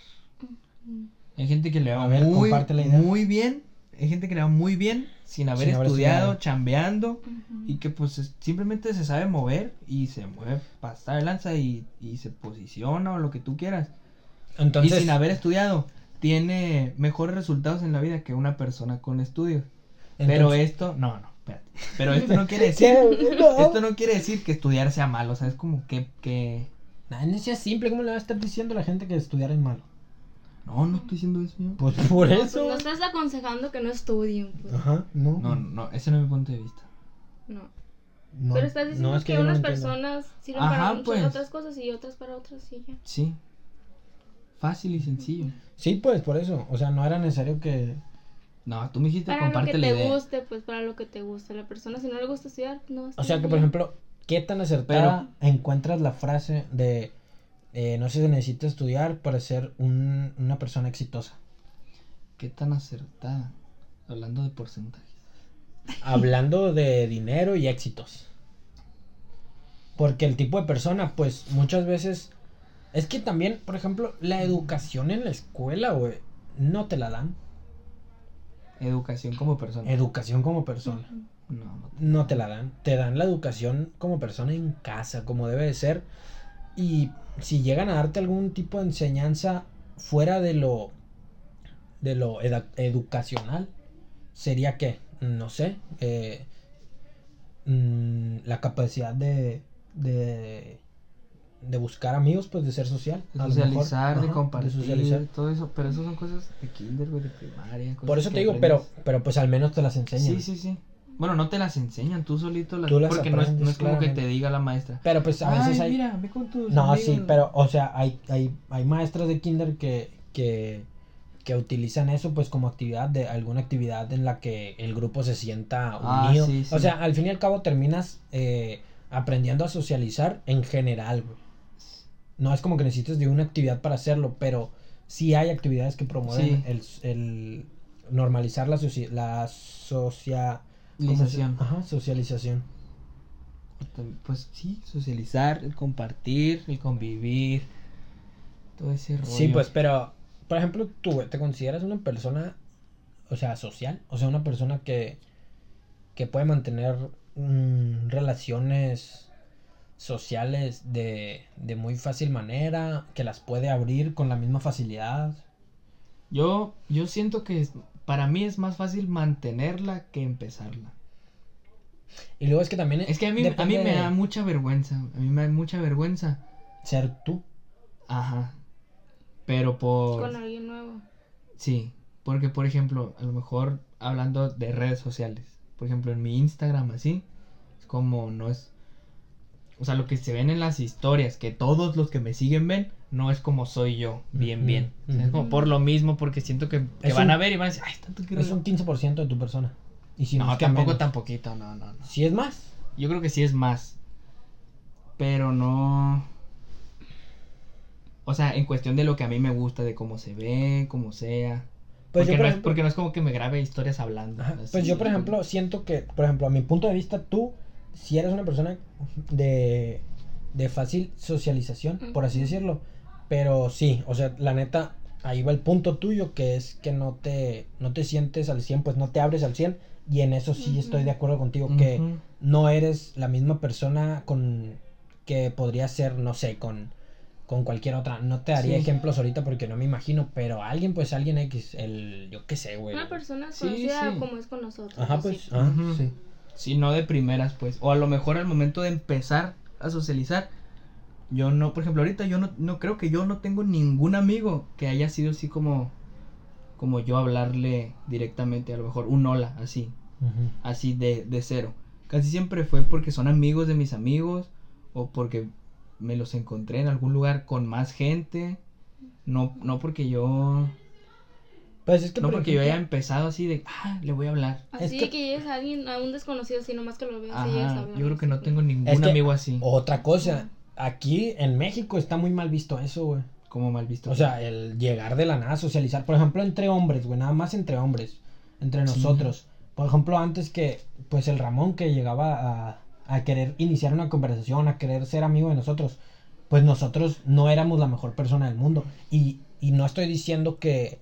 Speaker 2: Hay gente que le va
Speaker 1: A ver,
Speaker 2: muy,
Speaker 1: comparte la idea.
Speaker 2: muy bien, hay gente que le va muy bien sin haber
Speaker 1: Sin haber
Speaker 2: estudiado,
Speaker 1: estudiado.
Speaker 2: chambeando
Speaker 3: Ujú.
Speaker 2: y que pues es- simplemente se sabe mover y se mueve pasa de lanza y, y se posiciona o lo que tú quieras. y
Speaker 1: Entonces.
Speaker 2: sin haber estudiado tiene mejores resultados en la vida que una persona con estudios. Pero
Speaker 1: entonces-
Speaker 2: esto, no, no, espérate. Pero esto no quiere decir esto no quiere decir que estudiar sea malo, o sea, es como que, que...
Speaker 1: Nah, no sea simple, ¿cómo le va a estar diciendo a la gente que estudiar es malo?
Speaker 2: No, no estoy diciendo eso. yo.
Speaker 1: Pues por
Speaker 3: No, pues,
Speaker 1: eso.
Speaker 3: no estás aconsejando que no estudien, pues.
Speaker 1: Ajá, no.
Speaker 2: No, no, no, ese no es mi punto de vista.
Speaker 3: No.
Speaker 1: no,
Speaker 3: Pero estás diciendo
Speaker 1: no, es
Speaker 3: que,
Speaker 1: yo no
Speaker 3: unas
Speaker 1: entiendo.
Speaker 3: personas sirven
Speaker 2: Ajá,
Speaker 3: para muchas
Speaker 2: pues.
Speaker 3: otras cosas y otras para otras y ya.
Speaker 2: Sí. Fácil y sencillo.
Speaker 1: Sí, pues por eso. O sea, no era necesario que.
Speaker 2: No, tú me dijiste
Speaker 3: Para lo que
Speaker 2: comparte la
Speaker 3: te
Speaker 2: idea.
Speaker 3: guste, pues para lo que te guste. La persona, si no le gusta estudiar, no
Speaker 1: O
Speaker 3: estudia.
Speaker 1: sea, que por ejemplo, ¿qué tan acertada encuentras la frase de. eh, no se necesita estudiar para ser un- una persona exitosa?
Speaker 2: Qué tan acertada. Hablando de porcentajes.
Speaker 1: hablando de dinero y éxitos. Porque el tipo de persona, pues muchas veces. Es que también, por ejemplo, la educación en la escuela, güey, no te la dan.
Speaker 2: Educación como persona.
Speaker 1: Educación como persona.
Speaker 3: Ujú.
Speaker 2: no, no.
Speaker 1: No te la dan. Te dan la educación como persona en casa, como debe de ser. Y si llegan a darte algún tipo de enseñanza fuera de lo. de lo eda- educacional, sería que, no sé, eh, mm, la capacidad de, de. de buscar amigos, pues de ser social.
Speaker 2: De
Speaker 1: a lo mejor.
Speaker 2: socializar,
Speaker 1: Ajá,
Speaker 2: de compartir,
Speaker 1: socializar.
Speaker 2: todo eso. Pero eso son cosas de kinder, güey, de primaria. cosas
Speaker 1: Por eso
Speaker 2: que
Speaker 1: te digo, pero,
Speaker 2: aprendes.
Speaker 1: pero pues al menos te las enseñan.
Speaker 2: Sí, sí, sí. Bueno, no te las enseñan, tú solito las...
Speaker 1: Tú las
Speaker 2: porque no es, no
Speaker 1: aprendes,
Speaker 2: es como que
Speaker 1: claramente.
Speaker 2: te diga la maestra.
Speaker 1: Pero pues a veces
Speaker 2: Ay,
Speaker 1: hay.
Speaker 2: mira, ve con tus
Speaker 1: No,
Speaker 2: amigos.
Speaker 1: sí, pero, o sea, hay, hay, hay maestras de kinder que, que, que utilizan eso pues como actividad de alguna actividad en la que el grupo se sienta
Speaker 2: Ah,
Speaker 1: unido.
Speaker 2: sí, sí.
Speaker 1: O sea, al fin y al cabo terminas eh, aprendiendo a socializar en general, güey. No es como que necesites de una actividad para hacerlo, pero sí hay actividades que promueven
Speaker 2: Sí.
Speaker 1: el, el normalizar la, soci- la socia- ¿cómo se-
Speaker 2: Lización.
Speaker 1: Ajá, socialización.
Speaker 2: "Ah, Pues sí, socializar, el compartir, el convivir. Todo ese rollo.
Speaker 1: Sí, pues, pero, por ejemplo, tú, güey, ¿te consideras una persona, o sea, social? O sea, una persona que, que puede mantener mm, relaciones sociales de, de muy fácil manera, que las puede abrir con la misma facilidad.
Speaker 2: Yo, yo siento que es- para mí es más fácil mantenerla que empezarla.
Speaker 1: Y luego es que también
Speaker 2: Es que a mí, a mí
Speaker 1: depende
Speaker 2: me
Speaker 1: de
Speaker 2: da mucha vergüenza. A mí me da mucha vergüenza.
Speaker 1: ser tú.
Speaker 2: Ajá. Pero
Speaker 3: Con
Speaker 2: por...
Speaker 3: alguien nuevo.
Speaker 2: Sí. Porque, por ejemplo, a lo mejor hablando de redes sociales. Por ejemplo, en mi Instagram así. Es como no es... O sea, lo que se ven en las historias, que todos los que me siguen ven, no es como soy yo, bien,
Speaker 1: Ujú,
Speaker 2: bien. O sea, es
Speaker 1: ujú.
Speaker 2: como por lo mismo, porque siento que, que
Speaker 1: Es
Speaker 2: van
Speaker 1: un-
Speaker 2: a ver y van a decir, ay, está tu
Speaker 1: Es un 15% de tu persona. Y si
Speaker 2: No,
Speaker 1: es que
Speaker 2: tampoco
Speaker 1: menos.
Speaker 2: tan poquito, no, no, no.
Speaker 1: Si es más,
Speaker 2: Yo creo que sí es más. Pero no. O sea, en cuestión de lo que a mí me gusta, de cómo se ve, cómo sea.
Speaker 1: Pues
Speaker 2: porque,
Speaker 1: yo, por
Speaker 2: no es,
Speaker 1: ejemplo-
Speaker 2: porque no es como que me grabe historias hablando.
Speaker 1: Ajá,
Speaker 2: así.
Speaker 1: Pues yo, por ejemplo, siento que, por ejemplo, a mi punto de vista, tú, si eres una persona de, de fácil socialización, por así decirlo, pero sí, o sea, la neta, ahí va el punto tuyo, que es que no te, no te sientes al 100, pues no te abres al 100, y en eso sí estoy de acuerdo contigo, que
Speaker 2: Ujú.
Speaker 1: no eres la misma persona con que podría ser, no sé, con con cualquier otra, no te daría
Speaker 2: Sí.
Speaker 1: ejemplos ahorita porque no me imagino, pero alguien, pues alguien X, el, yo qué sé, güey.
Speaker 3: Una persona
Speaker 2: Sí,
Speaker 3: conocida
Speaker 2: sí.
Speaker 3: como es con nosotros.
Speaker 1: Ajá,
Speaker 3: así.
Speaker 1: pues, ajá,
Speaker 2: Ujú.
Speaker 1: sí.
Speaker 2: Sí, no de primeras, pues. O a lo mejor al momento de empezar a socializar. Yo no, por ejemplo, ahorita yo no, no creo que yo no tengo ningún amigo que haya sido así como, como yo hablarle directamente, a lo mejor un hola, así,
Speaker 1: Ujú.
Speaker 2: así de, de cero. Casi siempre fue porque son amigos de mis amigos o porque me los encontré en algún lugar con más gente. No, no porque yo,
Speaker 1: Pues es que
Speaker 2: no
Speaker 1: por
Speaker 2: porque yo haya
Speaker 1: ejemplo,
Speaker 2: empezado así de, ah, le voy a hablar.
Speaker 3: Así
Speaker 1: Es
Speaker 3: que...
Speaker 1: que-
Speaker 3: llegues a alguien, a un desconocido, así nomás que lo veas y llegues a pues.
Speaker 2: Ajá,
Speaker 3: hablar.
Speaker 2: yo creo que no tengo ningún
Speaker 1: Es que-
Speaker 2: amigo así,
Speaker 1: Otra cosa, aquí en México está muy mal visto eso, güey.
Speaker 2: como mal visto.
Speaker 1: O sea, el llegar de la nada a socializar, por ejemplo, entre hombres, güey, nada más entre hombres, entre
Speaker 2: Sí.
Speaker 1: nosotros. Por ejemplo, antes que, pues el Ramón que llegaba a, a querer iniciar una conversación, a querer ser amigo de nosotros, pues nosotros no éramos la mejor persona del mundo. Y, y no estoy diciendo que,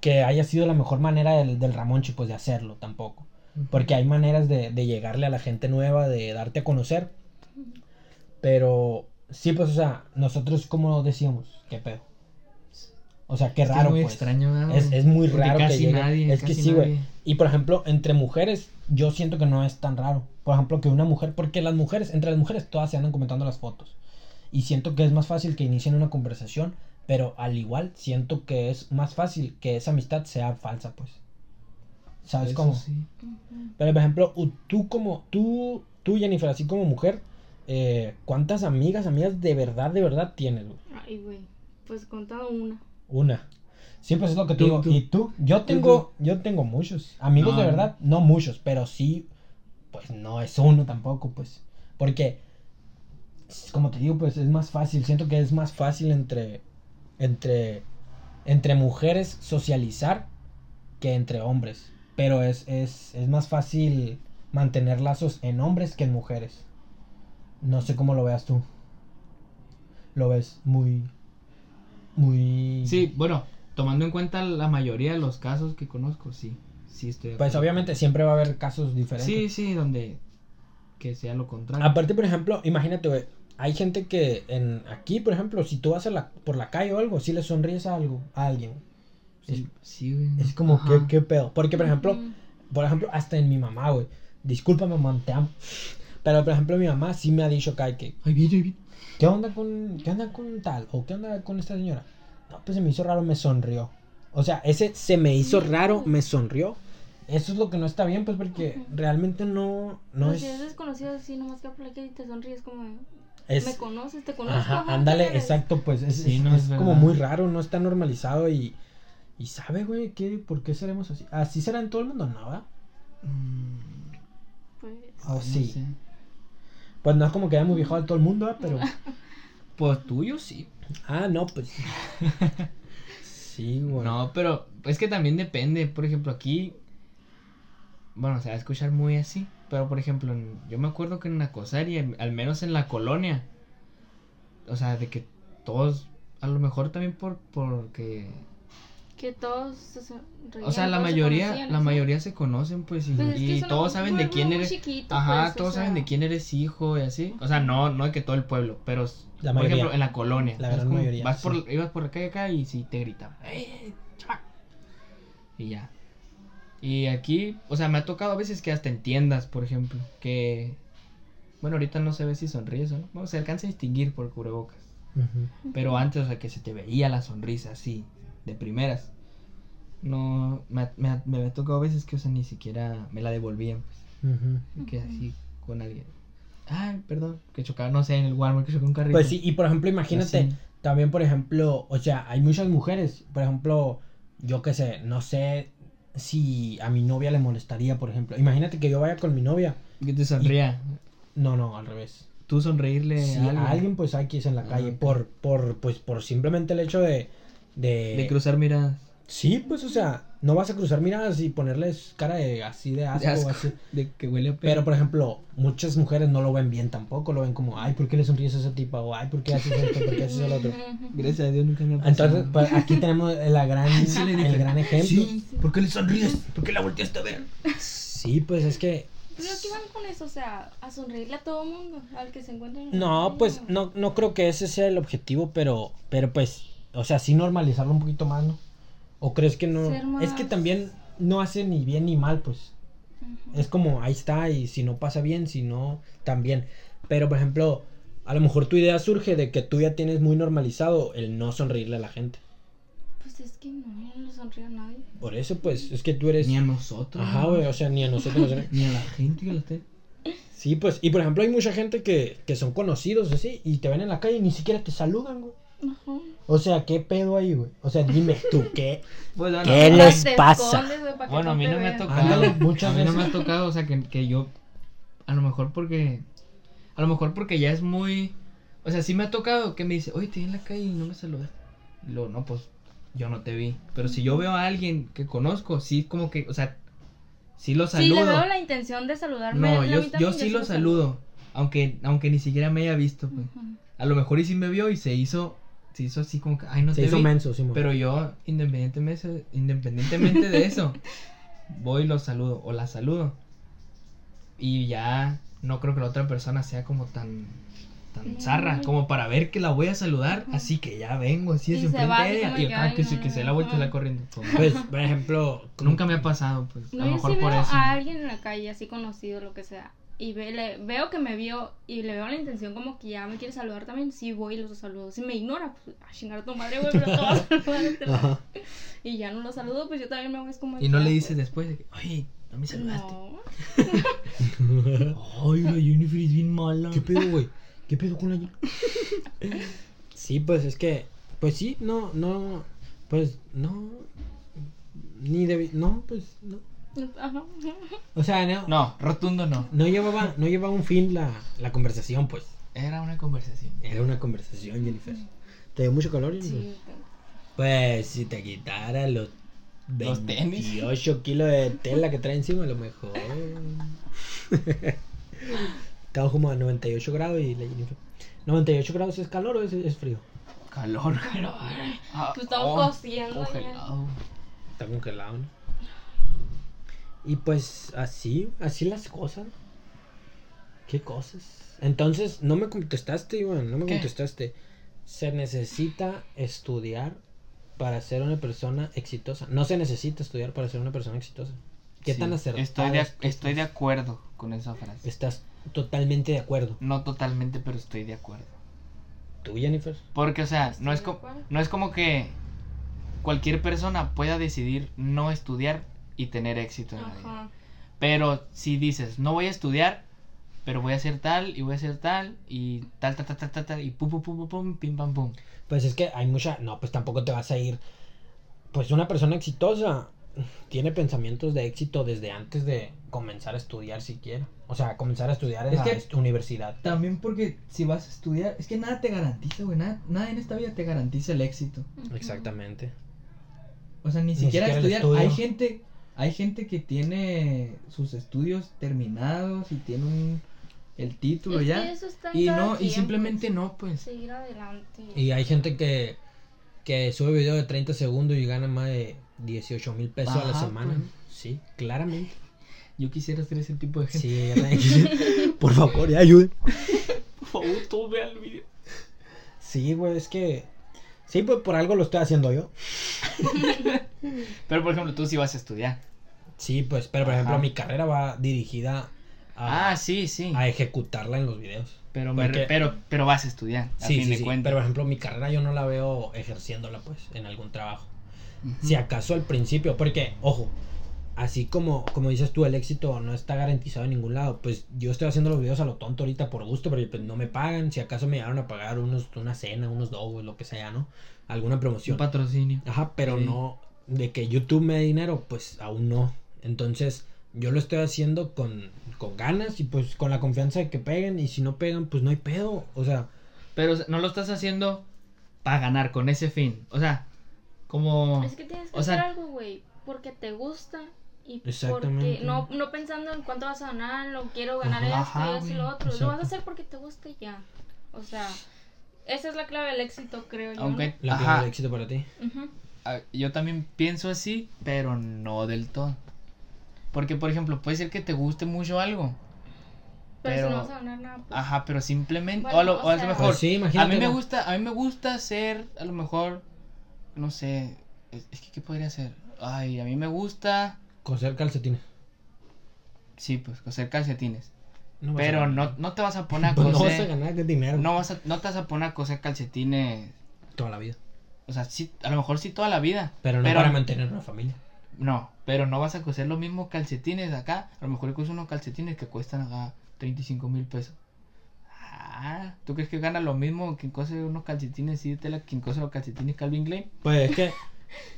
Speaker 1: que haya sido la mejor manera del, del Ramonchi, pues de hacerlo tampoco. Porque hay maneras de, de llegarle a la gente nueva, de darte a conocer. Pero sí, pues, o sea, nosotros como decíamos, qué pedo. O sea, qué
Speaker 2: Es que
Speaker 1: raro.
Speaker 2: Es muy
Speaker 1: pues.
Speaker 2: extraño, ¿verdad?
Speaker 1: Es, es muy
Speaker 2: Porque
Speaker 1: raro. que
Speaker 2: Casi
Speaker 1: llegue-
Speaker 2: nadie.
Speaker 1: Es que
Speaker 2: casi
Speaker 1: sí, güey.
Speaker 2: nadie.
Speaker 1: Y por ejemplo, entre mujeres, yo siento que no es tan raro. Por ejemplo, que una mujer, porque las mujeres, entre las mujeres todas se andan comentando las fotos. Y siento que es más fácil que inicien una conversación, pero al igual siento que es más fácil que esa amistad sea falsa, pues. ¿Sabes
Speaker 2: Eso
Speaker 1: cómo?
Speaker 2: sí.
Speaker 1: Pero por ejemplo, u- tú como, tú, tú Jennifer, así como mujer, eh, ¿cuántas amigas, amigas de verdad, de verdad tienes, güey?
Speaker 3: Ay, güey. Pues contado una.
Speaker 1: Una. Sí, pues es lo que te
Speaker 2: Tú,
Speaker 1: digo.
Speaker 2: tú.
Speaker 1: ¿Y tú? Yo tengo, yo tengo muchos. Amigos
Speaker 2: No,
Speaker 1: de
Speaker 2: no.
Speaker 1: verdad, no muchos, pero sí, pues no es uno tampoco, pues. Porque, s- como te digo, pues es más fácil. Siento que es más fácil entre, entre, entre mujeres socializar que entre hombres. Pero es, es, es más fácil mantener lazos en hombres que en mujeres. No sé cómo lo veas tú. Lo ves muy... Muy...
Speaker 2: Sí, bueno, tomando en cuenta la mayoría de los casos que conozco, sí. Sí, estoy. de
Speaker 1: Pues
Speaker 2: acuerdo.
Speaker 1: obviamente siempre va a haber casos diferentes. Ah,
Speaker 2: Sí, sí, donde. Que sea lo contrario.
Speaker 1: Aparte, por ejemplo, imagínate, güey, hay gente que en aquí, por ejemplo, si tú vas a la, por la calle o algo, si le sonríes a algo, a alguien,
Speaker 2: sí, sí, güey.
Speaker 1: es como que
Speaker 2: Ajá.
Speaker 1: qué pedo. Porque, por ejemplo,
Speaker 3: Ujú.
Speaker 1: por ejemplo, hasta en mi mamá, güey. Disculpa, mamá, te amo. Pero, por ejemplo, mi mamá sí me ha dicho que, hay que
Speaker 2: Ay, bien, bien.
Speaker 1: ¿qué onda con qué onda con tal o qué onda con esta señora? No, pues se me hizo raro, me sonrió. O sea, ese se me hizo raro, me sonrió. Eso es lo que no está bien, pues, porque
Speaker 3: Ujú.
Speaker 1: realmente no, no
Speaker 3: Pero Pues Si eres
Speaker 1: es,
Speaker 3: desconocido, así nomás que por la calle y te sonríes como de,
Speaker 1: es
Speaker 3: me conoces, te conozco.
Speaker 1: Ajá,
Speaker 3: ajá,
Speaker 1: ándale,
Speaker 3: ¿quién eres?".
Speaker 1: exacto, pues es,
Speaker 2: Sí,
Speaker 1: es-
Speaker 2: no,
Speaker 1: es
Speaker 2: es verdad.
Speaker 1: como muy raro, no está normalizado y, y sabe, güey, ¿qué, ¿por qué seremos así? ¿Así será en todo el mundo? No, ¿verdad?
Speaker 2: Mm,
Speaker 3: Pues,
Speaker 1: Oh,
Speaker 2: no
Speaker 1: sí.
Speaker 2: sé.
Speaker 1: Pues no es como que haya muy viejado a todo el mundo, ¿verdad? Pero,
Speaker 2: Pues tuyo sí.
Speaker 1: ah, no, pues. Sí, güey.
Speaker 2: No, pero es que también depende. Por ejemplo, aquí. Bueno, se va a escuchar muy así. Pero por ejemplo, en- yo me acuerdo que en Nacosari, en- al menos en la colonia. O sea, de que todos. A lo mejor también por porque.
Speaker 3: que todos se sonreían,
Speaker 2: O sea, la
Speaker 3: todos se
Speaker 2: mayoría,
Speaker 3: conocían,
Speaker 2: la
Speaker 3: así.
Speaker 2: mayoría se conocen, pues, y,
Speaker 3: Pues es que
Speaker 2: y
Speaker 3: es una-
Speaker 2: todos
Speaker 3: un
Speaker 2: saben de
Speaker 3: pueblo
Speaker 2: quién
Speaker 3: muy
Speaker 2: eres.
Speaker 3: chiquito,
Speaker 2: Ajá,
Speaker 3: pues, o
Speaker 2: todos
Speaker 3: sea,
Speaker 2: saben de quién eres hijo y así. O sea, no, no de que todo el pueblo, pero s-
Speaker 1: La
Speaker 2: por
Speaker 1: mayoría.
Speaker 2: ejemplo, en la colonia.
Speaker 1: La
Speaker 2: es
Speaker 1: gran mayoría,
Speaker 2: Vas por,
Speaker 1: sí.
Speaker 2: Ibas por la calle acá y si te gritaban. "Eh, chaval". Y ya. Y aquí, o sea, me ha tocado a veces que hasta en tiendas, por ejemplo, que... Bueno, ahorita no se ve si sonríes o no. Bueno, se alcanza a distinguir por cubrebocas.
Speaker 1: Ujú.
Speaker 2: Pero antes, o sea, que se te veía la sonrisa así, de primeras. No, me, ha- me, ha- me había tocado a veces que, o sea, ni siquiera me la devolvían, pues.
Speaker 1: Ujú.
Speaker 2: Que así, con alguien. Ay, perdón, que chocaba, no sé, en el Walmart, que chocó un carrito.
Speaker 1: Pues sí, y por ejemplo, imagínate,
Speaker 2: Así.
Speaker 1: también, por ejemplo, o sea, hay muchas mujeres, por ejemplo, yo qué sé, no sé si a mi novia le molestaría, por ejemplo. Imagínate que yo vaya con mi novia.
Speaker 2: Que te sonría.
Speaker 1: No, no, al revés.
Speaker 2: tú sonreírle
Speaker 1: Si
Speaker 2: a alguien.
Speaker 1: a alguien pues hay que irse en la calle por, por, pues, por simplemente el hecho de... De,
Speaker 2: De cruzar miradas.
Speaker 1: Sí, pues, o sea, no vas a cruzar miradas y ponerles cara de así de asco,
Speaker 2: De asco.
Speaker 1: así.
Speaker 2: De que huele a pelo.
Speaker 1: Pero, por ejemplo, muchas mujeres no lo ven bien tampoco, lo ven como, ay, ¿por qué le sonríes a esa tipa? O, ay, ¿por qué haces esto? ¿Por qué haces el otro?
Speaker 2: Gracias a Dios nunca me ha pasado.
Speaker 1: Entonces, pues, aquí tenemos la gran, el gran ejemplo. Sí.
Speaker 2: ¿Por qué le sonríes? ¿Por qué la volteaste a ver?
Speaker 1: pues es que...
Speaker 3: Creo que van con eso, o sea, a sonreírle a todo mundo, al que se encuentren. en la
Speaker 1: No,
Speaker 3: calle,
Speaker 1: pues
Speaker 3: o-
Speaker 1: no, no creo que ese sea el objetivo, pero, pero pues, o sea, sí normalizarlo un poquito más, ¿no? ¿O crees que no?
Speaker 3: Ser más-
Speaker 1: Es que también no hace ni bien ni mal, pues.
Speaker 3: Ujú.
Speaker 1: Es como, ahí está, y si no pasa bien, si no, también. Pero, por ejemplo, a lo mejor tu idea surge de que tú ya tienes muy normalizado el no sonreírle a la gente.
Speaker 3: Pues es que no, no le sonríe a nadie.
Speaker 1: Por eso, pues, es que tú eres...
Speaker 2: Ni a nosotros.
Speaker 1: Ajá,
Speaker 2: ¿no?
Speaker 1: güey, o sea, ni a nosotros. nos-
Speaker 2: Ni a la gente que lo esté.
Speaker 1: sí, pues, y por ejemplo, hay mucha gente que, que son conocidos, así, y te ven en la calle y ni siquiera te saludan, güey.
Speaker 3: Ajá.
Speaker 1: O sea, ¿qué pedo ahí, güey? O sea, dime tú, ¿qué?
Speaker 2: Pues, bueno,
Speaker 5: ¿Qué les
Speaker 3: Te
Speaker 5: pasa?
Speaker 3: escondes, güey, para que
Speaker 7: Bueno, a mí
Speaker 3: te
Speaker 7: no me ha
Speaker 3: vean.
Speaker 7: tocado.
Speaker 1: Ándale, muchas
Speaker 7: a mí no me ha
Speaker 1: veces.
Speaker 7: tocado, o sea, que, que yo, a lo mejor porque, a lo mejor porque ya es muy, o sea, sí me ha tocado que me dice, oye, te vi en la calle y no me saludas. Y luego, no, pues, yo no te vi. Pero si yo veo a alguien que conozco, sí, como que, o sea, sí lo
Speaker 3: Si le
Speaker 7: saludo.
Speaker 3: veo la intención de saludarme.
Speaker 7: no,
Speaker 3: la
Speaker 7: yo,
Speaker 3: mitad
Speaker 7: yo
Speaker 3: ni
Speaker 7: sí lo
Speaker 3: saludo. Mm.
Speaker 7: saludo, aunque, aunque ni siquiera me haya visto, pues.
Speaker 3: Ujú.
Speaker 7: A lo mejor y sí me vio y se hizo, se hizo así como que, ay, no
Speaker 1: Se
Speaker 7: te
Speaker 1: hizo
Speaker 7: vi.
Speaker 1: menso, Simón.
Speaker 7: Pero yo, independientemente, independientemente de eso, voy y los saludo o la saludo. Y ya no creo que la otra persona sea como tan tan zarra
Speaker 3: Mm.
Speaker 7: como para ver que la voy a saludar, así que ya vengo, así
Speaker 3: Y
Speaker 7: es
Speaker 3: se
Speaker 7: enfrente
Speaker 3: va,
Speaker 7: de
Speaker 3: así
Speaker 7: ella.
Speaker 3: como
Speaker 7: Y
Speaker 3: que,
Speaker 7: acá
Speaker 3: "Ay,
Speaker 7: que
Speaker 3: no,
Speaker 7: se que
Speaker 3: no,
Speaker 7: se dé
Speaker 3: no,
Speaker 7: la vuelta y
Speaker 3: no".
Speaker 7: la corriendo. Como,
Speaker 1: Pues, por ejemplo... como-
Speaker 7: Nunca me ha pasado, pues.
Speaker 3: No,
Speaker 7: a lo
Speaker 3: yo
Speaker 7: mejor
Speaker 3: sí
Speaker 7: por
Speaker 3: veo
Speaker 7: eso.
Speaker 3: a alguien en la calle así conocido, lo que sea. Y ve- le- veo que me vio y le veo la intención como que ya me quiere saludar también. Sí, voy y los saludo. Si me ignora, pues a chingar a tu madre, güey, pero te vas a saludar.
Speaker 1: Ajá.
Speaker 3: Y ya no lo saludo, pues yo también me hago es como.
Speaker 7: Y no
Speaker 3: ya,
Speaker 7: le dices
Speaker 3: pues,
Speaker 7: después de que, oye, no me saludaste.
Speaker 3: No.
Speaker 2: Ay, la Jennifer es bien mala.
Speaker 1: ¿Qué pedo, güey? ¿Qué pedo con la Sí, pues es que. Pues sí, no, no. Pues no. Ni de. No, pues no.
Speaker 3: Ajá.
Speaker 1: O sea, no. No,
Speaker 7: No, rotundo no.
Speaker 1: llevaba, no llevaba un fin la, la conversación, pues.
Speaker 7: Era una conversación.
Speaker 1: Era una conversación, Jennifer. ¿Te dio mucho calor, Jennifer?
Speaker 3: Sí.
Speaker 1: Pues si te quitara los.
Speaker 7: Los tenis.
Speaker 1: 28 kilos de tela que trae encima, a lo mejor. Estamos como a 98 grados y la Jennifer. ¿98 grados es calor o es- es frío?
Speaker 7: Calor, calor. Ah,
Speaker 3: Pues estamos cociendo ya.
Speaker 7: congelado.
Speaker 1: Está congelado, ¿no? Y pues así, así las cosas. ¿Qué cosas? Entonces, no me contestaste, Iván, no me
Speaker 7: ¿Qué?
Speaker 1: contestaste. Se necesita estudiar para ser una persona exitosa. No se necesita estudiar para ser una persona exitosa. ¿Qué
Speaker 7: Sí,
Speaker 1: tan acertado?
Speaker 7: Estoy de,
Speaker 1: es-
Speaker 7: estoy de acuerdo con esa frase.
Speaker 1: Estás totalmente de acuerdo.
Speaker 7: No totalmente, pero estoy de acuerdo.
Speaker 1: ¿Tú, Jennifer?
Speaker 7: Porque, o sea, no es,
Speaker 3: Estoy de
Speaker 7: co-
Speaker 3: acuerdo.
Speaker 7: no es como que cualquier persona pueda decidir no estudiar y tener éxito en la vida.
Speaker 3: Ajá.
Speaker 7: Pero si dices, no voy a estudiar, pero voy a hacer tal y voy a hacer tal y tal, tal, tal, tal, tal, tal, y pum, pum, pum, pum, pum, pim, pam, pum.
Speaker 1: Pues es que hay mucha... No, pues tampoco te vas a ir... Pues una persona exitosa tiene pensamientos de éxito desde antes de comenzar a estudiar siquiera. O sea, comenzar a estudiar en
Speaker 2: Es
Speaker 1: la
Speaker 2: que-
Speaker 1: est- universidad.
Speaker 2: También porque si vas a estudiar, es que nada te garantiza, güey. Nada, nada en esta vida te garantiza el éxito.
Speaker 3: Ujú.
Speaker 1: Exactamente.
Speaker 2: O sea, ni,
Speaker 1: Ni siquiera
Speaker 2: siquiera,
Speaker 1: el
Speaker 2: estudiar.
Speaker 1: estudio.
Speaker 2: Hay gente, hay gente que tiene sus estudios terminados y tiene un, el título
Speaker 3: Es
Speaker 2: ya.
Speaker 3: que eso está en
Speaker 2: Y
Speaker 3: cada
Speaker 2: no, y
Speaker 3: quien,
Speaker 2: simplemente
Speaker 3: pues,
Speaker 2: no, pues.
Speaker 3: Seguir adelante.
Speaker 1: Y hay gente que, que sube video de 30 segundos y gana más de 18 mil pesos a la
Speaker 2: Ajá,
Speaker 1: semana.
Speaker 2: pues.
Speaker 1: Sí, claramente.
Speaker 2: Yo quisiera ser ese tipo de gente.
Speaker 1: Sí, ya la- por favor, ya ayuden.
Speaker 7: Por favor, tú vea el video.
Speaker 1: Sí, güey, es que... Sí, pues por algo lo estoy haciendo yo.
Speaker 7: Pero, por ejemplo, tú sí vas a estudiar.
Speaker 1: Sí, pues, pero por ejemplo
Speaker 7: Ajá.
Speaker 1: mi carrera va dirigida a,
Speaker 7: Ah, sí, sí.
Speaker 1: a ejecutarla en los videos.
Speaker 7: Pero, me
Speaker 1: porque-
Speaker 7: re- pero, pero vas a estudiar, a
Speaker 1: Sí,
Speaker 7: fin
Speaker 1: sí,
Speaker 7: de
Speaker 1: sí.
Speaker 7: cuentas.
Speaker 1: Pero por ejemplo, mi carrera yo no la veo ejerciéndola pues en algún trabajo.
Speaker 7: Ujú.
Speaker 1: Si acaso al principio, porque, ojo, así como, como dices tú, el éxito no está garantizado en ningún lado. Pues yo estoy haciendo los videos a lo tonto ahorita por gusto, pero pues, no me pagan. Si acaso me llegaron a pagar unos, una cena, unos dogos, lo que sea, ¿no? Alguna
Speaker 2: Un
Speaker 1: promoción.
Speaker 2: patrocinio.
Speaker 1: Ajá, pero
Speaker 2: Sí.
Speaker 1: no de que YouTube me dé dinero, pues aún no. Entonces, yo lo estoy haciendo con, con ganas y pues con la confianza de que peguen y si no pegan pues no hay pedo, o sea,
Speaker 2: Pero o sea, no lo estás haciendo para ganar con ese fin. O sea, como.
Speaker 3: Es que tienes que
Speaker 2: O sea-
Speaker 3: hacer algo, güey, porque te gusta y
Speaker 1: Exactamente.
Speaker 3: porque no, no pensando en cuánto vas a ganar, lo quiero ganar
Speaker 2: Ajá,
Speaker 3: esto y esto y
Speaker 2: güey,
Speaker 3: lo otro.
Speaker 1: exacto.
Speaker 3: Lo vas a hacer porque te gusta y ya. O sea, esa es la clave del éxito, creo yo.
Speaker 2: Aunque.
Speaker 1: la clave
Speaker 2: ajá,
Speaker 1: del éxito para ti.
Speaker 3: ¿no? Ujú.
Speaker 2: a- yo también pienso así, pero no del todo. Porque, por ejemplo, puede ser que te guste mucho algo.
Speaker 3: Pero, si
Speaker 2: Pero-
Speaker 3: no vas a ganar nada, pues.
Speaker 2: Ajá, pero simplemente.
Speaker 3: Bueno,
Speaker 2: o a lo,
Speaker 3: o
Speaker 2: o a lo
Speaker 3: sea-
Speaker 2: mejor.
Speaker 1: Pues sí,
Speaker 2: A
Speaker 1: imagínate.
Speaker 2: mí me
Speaker 1: ¿no?
Speaker 2: gusta, a mí me gusta ser, a lo mejor, no sé, es, es que ¿qué podría hacer? Ay, a mí me gusta,
Speaker 1: coser calcetines.
Speaker 2: sí, pues coser calcetines.
Speaker 1: No vas a
Speaker 2: Pero
Speaker 1: ganar.
Speaker 2: no, no te vas a poner a
Speaker 1: Pues no vas a
Speaker 2: coser,
Speaker 1: ganar de dinero
Speaker 2: no, vas a- no te vas a poner a coser calcetines,
Speaker 1: toda la vida,
Speaker 2: o sea, sí, a lo mejor sí toda la vida.
Speaker 1: pero no para mantener una familia.
Speaker 2: no, pero no vas a coser los mismos calcetines acá, a lo mejor yo coso unos calcetines que cuestan acá 35 mil pesos. Ah, ¿tú crees que gana lo mismo quien cose unos calcetines y tela quien cose los calcetines Calvin Klein?
Speaker 1: Pues es que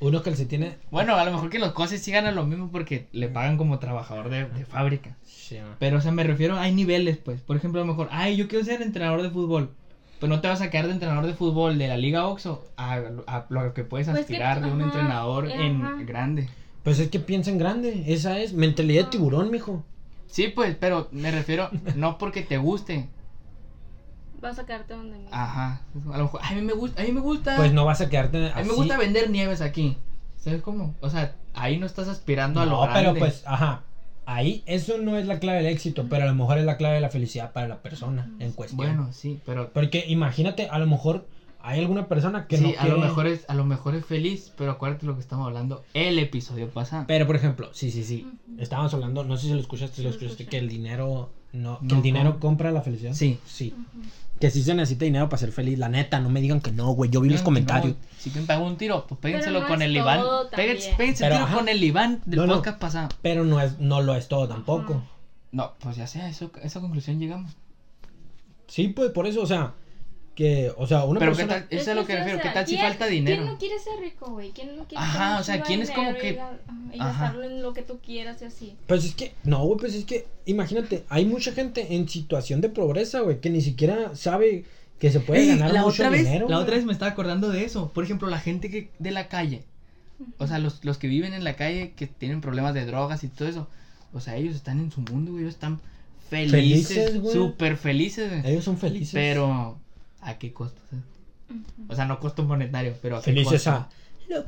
Speaker 1: unos calcetines
Speaker 2: Bueno, a lo mejor que los coses sí ganan lo mismo porque le pagan como trabajador de, de fábrica.
Speaker 1: sí, ma.
Speaker 2: Pero, o sea, me refiero, hay niveles, pues. Por ejemplo, a lo mejor, ay, yo quiero ser entrenador de fútbol. Pues no te vas a quedar de entrenador de fútbol de la Liga Oxxo a, a lo que puedes
Speaker 3: Pues que-
Speaker 2: aspirar de un
Speaker 3: ajá,
Speaker 2: entrenador
Speaker 3: ajá.
Speaker 2: en grande.
Speaker 1: Pues es que piensa en grande, esa es mentalidad de tiburón, mijo.
Speaker 2: Sí, pues, pero me refiero, no porque te guste.
Speaker 3: Vas a quedarte donde mismo.
Speaker 2: Ajá. A lo mejor, "Ay, a mí me gusta, a mí me gusta.
Speaker 1: Pues no vas a quedarte
Speaker 2: a
Speaker 1: así.
Speaker 2: mí me gusta vender nieves aquí. ¿Sabes cómo? O sea, ahí no estás aspirando a lo
Speaker 1: No,
Speaker 2: grande.
Speaker 1: pero pues, ajá. Ahí, eso no es la clave del éxito, pero a lo mejor es la clave de la felicidad para la persona en cuestión.
Speaker 2: Bueno, sí, pero
Speaker 1: Porque imagínate, a lo mejor hay alguna persona que
Speaker 2: sí,
Speaker 1: no
Speaker 2: a lo
Speaker 1: quiere-
Speaker 2: mejor es a lo mejor es feliz, pero acuérdate lo que estamos hablando el episodio pasado.
Speaker 1: Pero por ejemplo, sí, sí, sí.
Speaker 3: Ujú.
Speaker 1: Estábamos hablando, no sé si lo escuchaste,
Speaker 3: Sí,
Speaker 1: lo
Speaker 3: lo
Speaker 1: escuchaste,
Speaker 3: escuché.
Speaker 1: que el dinero no, que
Speaker 2: No
Speaker 1: el dinero
Speaker 2: com-
Speaker 1: compra la felicidad.
Speaker 2: Sí.
Speaker 1: Sí.
Speaker 3: Ujú.
Speaker 1: Que sí se necesita dinero para ser feliz, la neta, no me digan que no, güey. Yo vi los
Speaker 2: No,
Speaker 1: comentarios.
Speaker 2: si quieren pagar un tiro, pues péguenselo
Speaker 3: no
Speaker 2: con
Speaker 3: es
Speaker 2: el Iván.
Speaker 3: todo también.
Speaker 2: Péguense, péguense
Speaker 1: Pero,
Speaker 2: tiro
Speaker 1: ajá.
Speaker 2: con el Iván del
Speaker 1: No, no.
Speaker 2: podcast pasado.
Speaker 1: Pero no es, no lo es todo tampoco.
Speaker 3: Ajá.
Speaker 2: No, pues ya sea, eso, a esa conclusión llegamos.
Speaker 1: Sí, pues por eso, o sea, que, o sea, una
Speaker 2: pero
Speaker 1: persona.
Speaker 2: qué tal, eso es lo que
Speaker 3: sí, o
Speaker 2: refiero,
Speaker 3: sea,
Speaker 2: qué tal si
Speaker 3: ¿quién-
Speaker 2: falta dinero.
Speaker 3: ¿Quién no quiere ser rico, güey? ¿Quién no quiere
Speaker 2: Ajá,
Speaker 3: tener
Speaker 2: o sea,
Speaker 3: un
Speaker 2: ¿quién es como
Speaker 3: chingo de
Speaker 2: que-
Speaker 3: dinero Y, ga- ajá, y
Speaker 2: Ajá.
Speaker 3: gastarlo en lo que tú quieras y así.
Speaker 1: Pues es que, no, güey, pues es que, imagínate, hay mucha gente en situación de pobreza, güey, que ni siquiera sabe que se puede
Speaker 2: Ey,
Speaker 1: ganar
Speaker 2: la
Speaker 1: mucho
Speaker 2: otra vez,
Speaker 1: dinero.
Speaker 2: la otra
Speaker 1: güey.
Speaker 2: vez me estaba acordando de eso. Por ejemplo, la gente que de la calle, o sea, los, los que viven en la calle, que tienen problemas de drogas y todo eso, o sea, ellos están en su mundo, güey, ellos están felices,
Speaker 1: Felices, güey.
Speaker 2: súper felices, güey.
Speaker 1: Ellos son felices.
Speaker 2: Pero, ¿a qué costo? sabes? O sea, no costo monetario, pero ¿a qué
Speaker 1: Felices
Speaker 2: costo?
Speaker 1: a.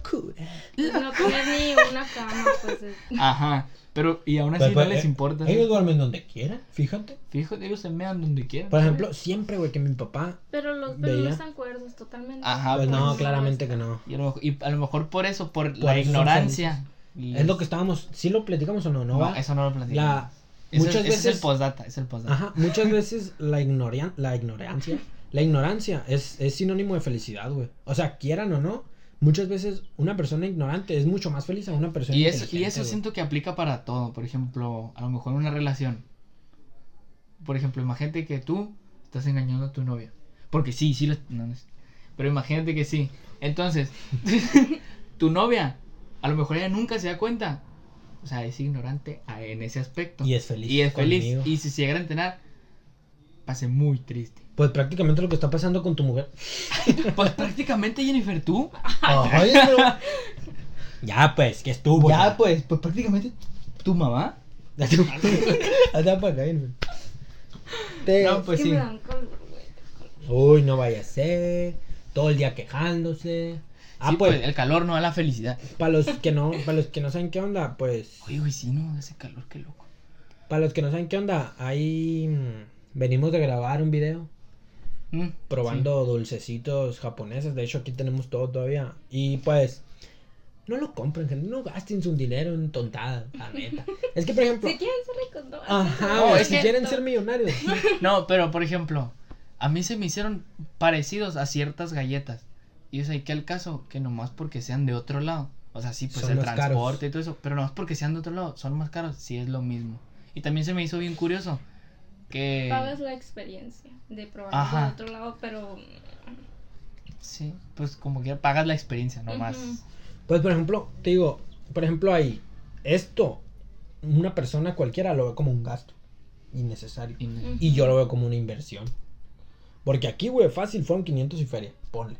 Speaker 3: Pues no tienes ni una cama, pues. es-
Speaker 2: Ajá, pero y aún así
Speaker 1: Pues, pues,
Speaker 2: no les
Speaker 1: eh,
Speaker 2: importa.
Speaker 1: Ellos duermen donde quieran, fíjate.
Speaker 2: Fijo, ellos se mean donde quieran.
Speaker 1: Por ejemplo, siempre, güey, que mi papá.
Speaker 3: Pero los pero
Speaker 1: Veía.
Speaker 3: no están cuerdos totalmente.
Speaker 2: Ajá,
Speaker 1: pues
Speaker 2: pues,
Speaker 1: no,
Speaker 3: sí.
Speaker 1: claramente que no.
Speaker 2: y, a lo mejor, y a lo mejor por eso, por,
Speaker 1: Por
Speaker 2: la
Speaker 1: eso son
Speaker 2: ignorancia.
Speaker 1: Es lo que estábamos. ¿Sí lo platicamos o no? No,
Speaker 2: No,
Speaker 1: va.
Speaker 2: eso no lo platicamos.
Speaker 1: La.
Speaker 2: Ese-
Speaker 1: muchas
Speaker 2: ese es
Speaker 1: veces-
Speaker 2: el postdata, es el postdata.
Speaker 1: Ajá, muchas veces la, ignoria- la ignorancia, la ignorancia es, es sinónimo de felicidad, güey. O sea, quieran o no, muchas veces una persona ignorante es mucho más feliz a una persona
Speaker 2: Y eso, y
Speaker 1: inteligente,
Speaker 2: eso
Speaker 1: güey.
Speaker 2: siento que aplica para todo. Por ejemplo, a lo mejor una relación. Por ejemplo, imagínate que tú estás engañando a tu novia. Porque sí, sí lo. no, no es- pero imagínate que sí. Entonces, tu novia, a lo mejor ella nunca se da cuenta. O sea, es ignorante a- en ese aspecto.
Speaker 1: Y es feliz.
Speaker 2: Y es feliz.
Speaker 1: conmigo.
Speaker 2: Y si se llega a enterar, pase muy triste.
Speaker 1: Pues prácticamente lo que está pasando con tu mujer.
Speaker 2: Pues prácticamente, Jennifer, tú.
Speaker 1: Ay, pero- Ya, pues, que estuvo.
Speaker 2: Ya, pues, pues prácticamente tu mamá.
Speaker 1: Hasta para acá, güey. Te-
Speaker 2: No, pues
Speaker 3: es
Speaker 2: sí.
Speaker 3: que me dan color, güey.
Speaker 1: Uy, no vaya a ser. Todo el día quejándose. Ah,
Speaker 2: Sí,
Speaker 1: pues,
Speaker 2: pues, el calor no da la felicidad.
Speaker 1: para los que no, para los que no saben qué onda, pues.
Speaker 2: Oye, güey, sí, no, hace calor, qué loco.
Speaker 1: Para los que no saben qué onda, ahí mm, venimos de grabar un video
Speaker 2: Mm,
Speaker 1: probando dulcecitos japoneses. De hecho, aquí tenemos todo todavía. Y pues, no lo compren, gente. No gasten su dinero en tontadas, la neta. Es que, por ejemplo,
Speaker 3: Si quieren ser ricos, no.
Speaker 1: ajá,
Speaker 2: No,
Speaker 1: güey,
Speaker 2: es
Speaker 1: si
Speaker 2: que-
Speaker 1: quieren ser millonarios.
Speaker 2: sí. No, pero por ejemplo, a mí se me hicieron parecidos a ciertas galletas. Y es ahí que al caso que nomás porque sean de otro lado. O sea, sí, pues
Speaker 1: Son
Speaker 2: el
Speaker 1: más caros.
Speaker 2: transporte y todo eso. Pero nomás porque sean de otro lado, son más caros, sí es lo mismo. Y también se me hizo bien curioso que.
Speaker 3: Pagas la experiencia de probar
Speaker 2: Ajá.
Speaker 3: de otro lado, pero.
Speaker 2: Sí, pues como que pagas la experiencia nomás.
Speaker 3: Ujú.
Speaker 1: Pues, por ejemplo, te digo, por ejemplo, ahí, esto, una persona cualquiera lo ve como un gasto. innecesario.
Speaker 2: Y no-
Speaker 1: Y yo lo veo como una inversión. Porque aquí, güey, fácil fueron 500 y feria. Ponle.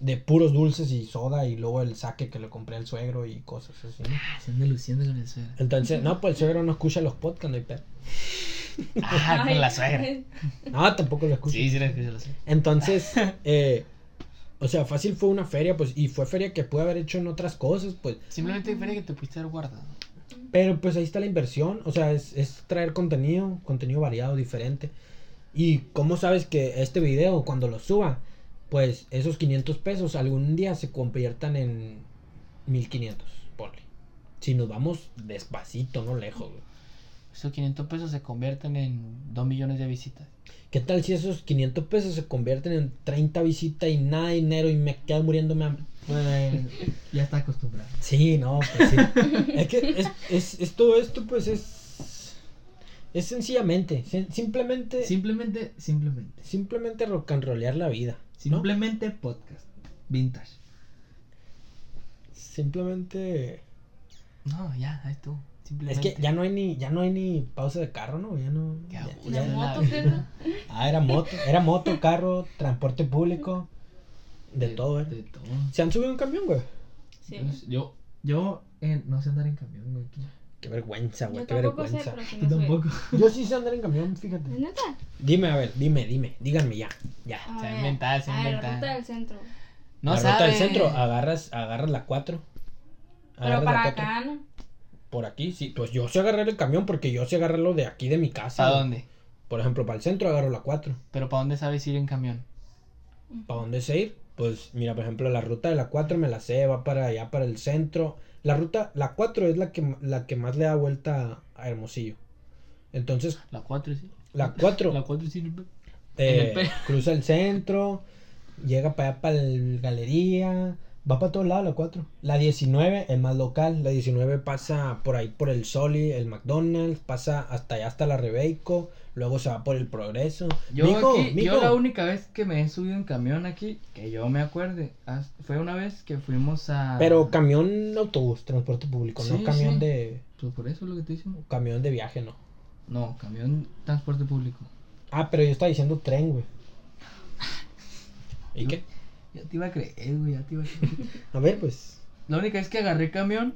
Speaker 1: De puros dulces y soda y luego el saque que le compré al suegro y cosas así. ¿no?
Speaker 2: Ah, se anda luciendo con la suegra.
Speaker 1: Entonces, no, pues el suegro no escucha los podcasts, no hay pedo.
Speaker 2: Ah, con la suegra.
Speaker 1: No, tampoco lo escucha.
Speaker 2: Sí, sí, la escucho la suegra.
Speaker 1: Entonces, eh, o sea, fácil fue una feria, pues, y fue feria que pude haber hecho en otras cosas, pues.
Speaker 2: Simplemente parece que te pudiste haber guardado.
Speaker 1: Pero pues ahí está la inversión, o sea, es, es traer contenido, contenido variado, diferente. Y cómo sabes que este video, cuando lo suba, pues esos 500 pesos algún día se conviertan en 1500, ponle. Si nos vamos despacito, no lejos. güey.
Speaker 2: pues, Esos 500 pesos se convierten en 2 millones de visitas.
Speaker 1: ¿Qué tal si esos 500 pesos se convierten en 30 visitas y nada de dinero y me quedo muriéndome hambre?
Speaker 8: Bueno, eh, ya está acostumbrado.
Speaker 1: Sí, no, pues sí. es que es, es- es todo esto, pues es. Es sencillamente, sen- simplemente.
Speaker 8: Simplemente, simplemente.
Speaker 1: Simplemente rock and rollear la vida. ¿no?
Speaker 8: Simplemente podcast. Vintage.
Speaker 1: Simplemente.
Speaker 2: No, ya, ahí estuvo.
Speaker 1: Es
Speaker 2: Simplemente.
Speaker 1: que ya no hay ni, ya no hay ni pausa de carro, ¿no? Ya no.
Speaker 2: Qué
Speaker 1: ya-
Speaker 2: aburrido.
Speaker 1: ya-
Speaker 3: La moto,
Speaker 2: la-
Speaker 3: creo.
Speaker 1: Ah, era moto. Era moto, carro, transporte público. De todo,
Speaker 8: De
Speaker 1: ¿eh?
Speaker 8: todo.
Speaker 1: ¿Se han subido un camión, güey?
Speaker 3: Sí.
Speaker 8: Entonces,
Speaker 9: Yo,
Speaker 8: Yo eh, no sé andar en camión, güey. tú-
Speaker 1: Qué vergüenza, güey,
Speaker 3: Yo
Speaker 1: qué
Speaker 3: tampoco sé,
Speaker 1: vergüenza.
Speaker 3: pero sí
Speaker 8: Tú
Speaker 3: me
Speaker 8: tampoco.
Speaker 1: Yo sí sé andar en camión, fíjate.
Speaker 3: ¿Es neta?
Speaker 1: Dime, a ver, dime, dime. Díganme ya, ya.
Speaker 3: A
Speaker 2: Se ha
Speaker 3: ver,
Speaker 2: inventado, se ha
Speaker 3: a ver,
Speaker 2: inventado.
Speaker 3: ruta del centro.
Speaker 2: No
Speaker 1: la
Speaker 2: sabe.
Speaker 1: ruta del centro, ah, agarras, agarras la 4.
Speaker 3: Pero para acá, ¿no?
Speaker 1: Por aquí, sí. Pues yo sé agarrar el camión porque yo sé agarrarlo de aquí de mi casa.
Speaker 2: ¿Para
Speaker 1: güey.
Speaker 2: dónde?
Speaker 1: Por ejemplo, para el centro agarro la 4.
Speaker 2: Pero ¿para dónde sabes ir en camión?
Speaker 1: ¿Para dónde sé ir? Pues mira, por ejemplo, la ruta de la 4 me la sé, va para allá, para el centro. La ruta, la 4 es la que, la que más le da vuelta a Hermosillo. Entonces,
Speaker 2: La 4, sí.
Speaker 1: la
Speaker 2: La
Speaker 1: 4
Speaker 2: 4, sí.
Speaker 1: eh,
Speaker 2: en el pe-
Speaker 1: cruza el centro, llega para allá, para el galería, va para todos lados la 4. La 19 es más local, la 19 pasa por ahí, por el Soli, el McDonald's, pasa hasta allá, hasta la Rebeco, luego se va por el Progreso.
Speaker 2: Yo,
Speaker 1: Mijo,
Speaker 2: aquí,
Speaker 1: mijo.
Speaker 2: yo la única vez que me he subido en camión aquí, que yo me acuerde, has- fue una vez que fuimos a...
Speaker 1: Pero camión autobús, transporte público, no
Speaker 2: Ah. Sí,
Speaker 1: camión
Speaker 2: sí.
Speaker 1: de
Speaker 2: Pues por eso es lo que estoy diciendo.
Speaker 1: camión de viaje, no.
Speaker 2: No, camión transporte público.
Speaker 1: Ah, pero yo estaba diciendo tren, güey. ¿Y qué?
Speaker 2: Ya te iba a creer, güey, ya te iba a creer.
Speaker 1: A ver, pues.
Speaker 2: la única vez que agarré camión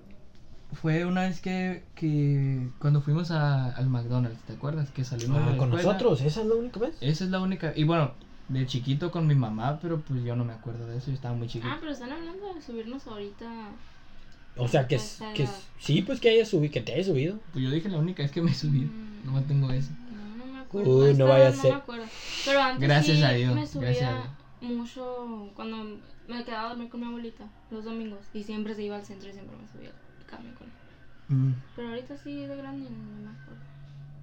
Speaker 2: fue una vez que, que cuando fuimos a- al McDonald's, ¿te acuerdas? Que salimos de
Speaker 1: Ah,
Speaker 2: la
Speaker 1: con
Speaker 2: escuela.
Speaker 1: nosotros, esa es la única vez.
Speaker 2: Esa es la única. Y bueno, de chiquito con mi mamá, pero pues yo no me acuerdo de eso, yo estaba muy chiquito.
Speaker 3: Ah, pero están hablando de subirnos ahorita.
Speaker 1: O sea, que, s- que s- sí, pues que haya subido, que te haya subido.
Speaker 2: Pues yo dije la única vez que me subí,
Speaker 3: Mm.
Speaker 2: no me tengo eso.
Speaker 3: No, no me acuerdo.
Speaker 1: Uy, no
Speaker 3: Esta
Speaker 1: vaya a
Speaker 3: no
Speaker 1: ser.
Speaker 3: me acuerdo. Pero antes
Speaker 2: Gracias
Speaker 3: sí
Speaker 2: a Dios,
Speaker 3: me subía
Speaker 2: gracias a Dios.
Speaker 3: mucho cuando me quedaba a dormir con mi abuelita los domingos. Y siempre se iba al centro y siempre me subía al camión con ella.
Speaker 2: Mm.
Speaker 3: Pero ahorita sí de grande no me acuerdo.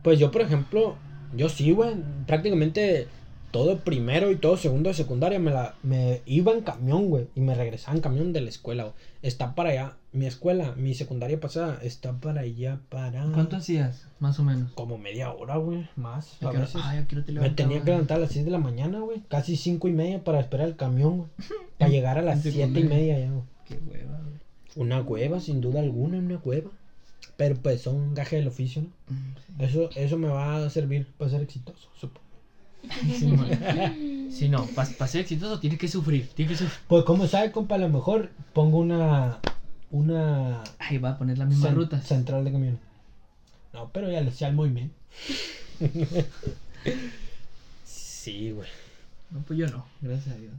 Speaker 1: Pues yo, por ejemplo, yo sí, güey. Prácticamente todo primero y todo segundo de secundaria me, la, me iba en camión, güey. Y me regresaba en camión de la escuela, güey. Está para allá, mi escuela, mi secundaria pasada, está para allá, para.
Speaker 2: ¿Cuánto hacías, más o menos?
Speaker 1: Como media hora, güey, más.
Speaker 2: Yo
Speaker 1: A
Speaker 2: quiero-
Speaker 1: veces.
Speaker 2: ay, yo quiero te
Speaker 1: Me tenía
Speaker 2: levantaba.
Speaker 1: que levantar a las 6 de la mañana, güey. Casi 5 y media para esperar el camión, güey. Para llegar a las
Speaker 2: En
Speaker 1: 7 y
Speaker 2: secundaria.
Speaker 1: media ya, güey.
Speaker 2: Qué hueva, güey.
Speaker 1: Una cueva, sin duda alguna, una cueva. Pero pues son gajes del oficio, ¿no?
Speaker 2: Mm,
Speaker 1: Eso, eso me va a servir para ser exitoso, supongo.
Speaker 2: sí. Sí, no. Sí, no, para ser exitoso tienes que sufrir, tienes que sufrir.
Speaker 1: Pues como sabe, compa, a lo mejor pongo una. Una.
Speaker 2: Ay, va a poner las mismas
Speaker 1: cen-
Speaker 2: rutas.
Speaker 1: Central de camiones. No, pero ya le hacía el movimiento. sí, güey.
Speaker 2: No, pues yo no, gracias a Dios.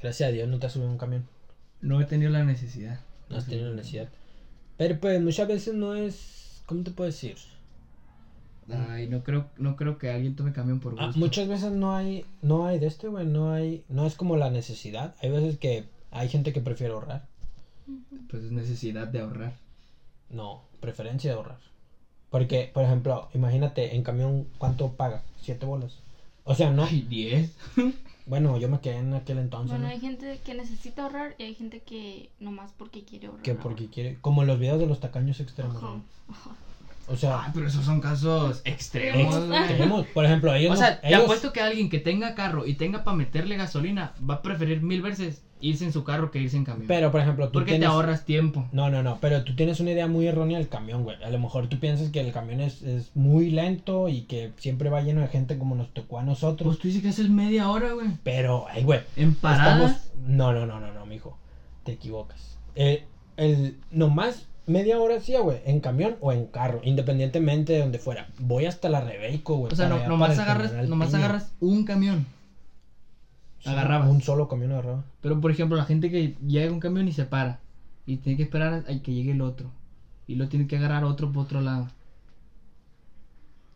Speaker 1: Gracias a Dios no te has subido a un camión.
Speaker 2: No he tenido la necesidad.
Speaker 1: No has tenido necesidad. Pero pues muchas veces no es. ¿Cómo te puedo decir?
Speaker 2: Ay, no creo, no creo que alguien tome camión por
Speaker 1: Ah,
Speaker 2: gusto.
Speaker 1: muchas veces no hay. No hay de este, güey. No hay. No es como la necesidad. Hay veces que hay gente que prefiere ahorrar.
Speaker 2: Pues es necesidad de ahorrar.
Speaker 1: No, preferencia de ahorrar. Porque, por ejemplo, imagínate, en camión, ¿cuánto paga? Siete bolas. O sea, no.
Speaker 2: Ay, 10.
Speaker 1: Bueno, yo me quedé en aquel entonces,
Speaker 3: Bueno,
Speaker 1: ¿no?
Speaker 3: hay gente que necesita ahorrar y hay gente que nomás porque quiere ahorrar.
Speaker 1: Que
Speaker 3: ahorra.
Speaker 1: porque quiere. Como los videos de los tacaños extremos,
Speaker 3: Ajá.
Speaker 1: ¿no? O sea,
Speaker 2: Ay, pero esos son casos extremos. güey.
Speaker 1: extremos. Por ejemplo, ellos.
Speaker 2: Ah, O
Speaker 1: no-
Speaker 2: sea, te
Speaker 1: ellos-
Speaker 2: apuesto que alguien que tenga carro y tenga para meterle gasolina va a preferir mil veces irse en su carro que irse en camión.
Speaker 1: Pero, por ejemplo, tú
Speaker 2: Porque
Speaker 1: tienes-
Speaker 2: te ahorras tiempo.
Speaker 1: No, no, no, pero tú tienes una idea muy errónea del camión, güey. A lo mejor tú piensas que el camión es, es muy lento y que siempre va lleno de gente como nos tocó a nosotros.
Speaker 2: Pues tú dices que haces media hora, güey.
Speaker 1: Pero, ay, güey,
Speaker 2: En paradas.
Speaker 1: estamos... No, no, no, no, no, mijo. Te equivocas. Eh, el... Nomás media hora hacía, güey, en camión o en carro, independientemente de donde fuera. Voy hasta la Rebeco, güey.
Speaker 2: O sea,
Speaker 1: para
Speaker 2: no-
Speaker 1: allá,
Speaker 2: nomás
Speaker 1: para el
Speaker 2: agarras,
Speaker 1: General
Speaker 2: nomás
Speaker 1: Piña.
Speaker 2: agarras un camión.
Speaker 1: Sí,
Speaker 2: agarrabas.
Speaker 1: Un solo camión agarraba.
Speaker 2: Pero por ejemplo, la gente que llega a un camión y se para. Y tiene que esperar a a que llegue el otro. Y lo tiene que agarrar otro por otro lado.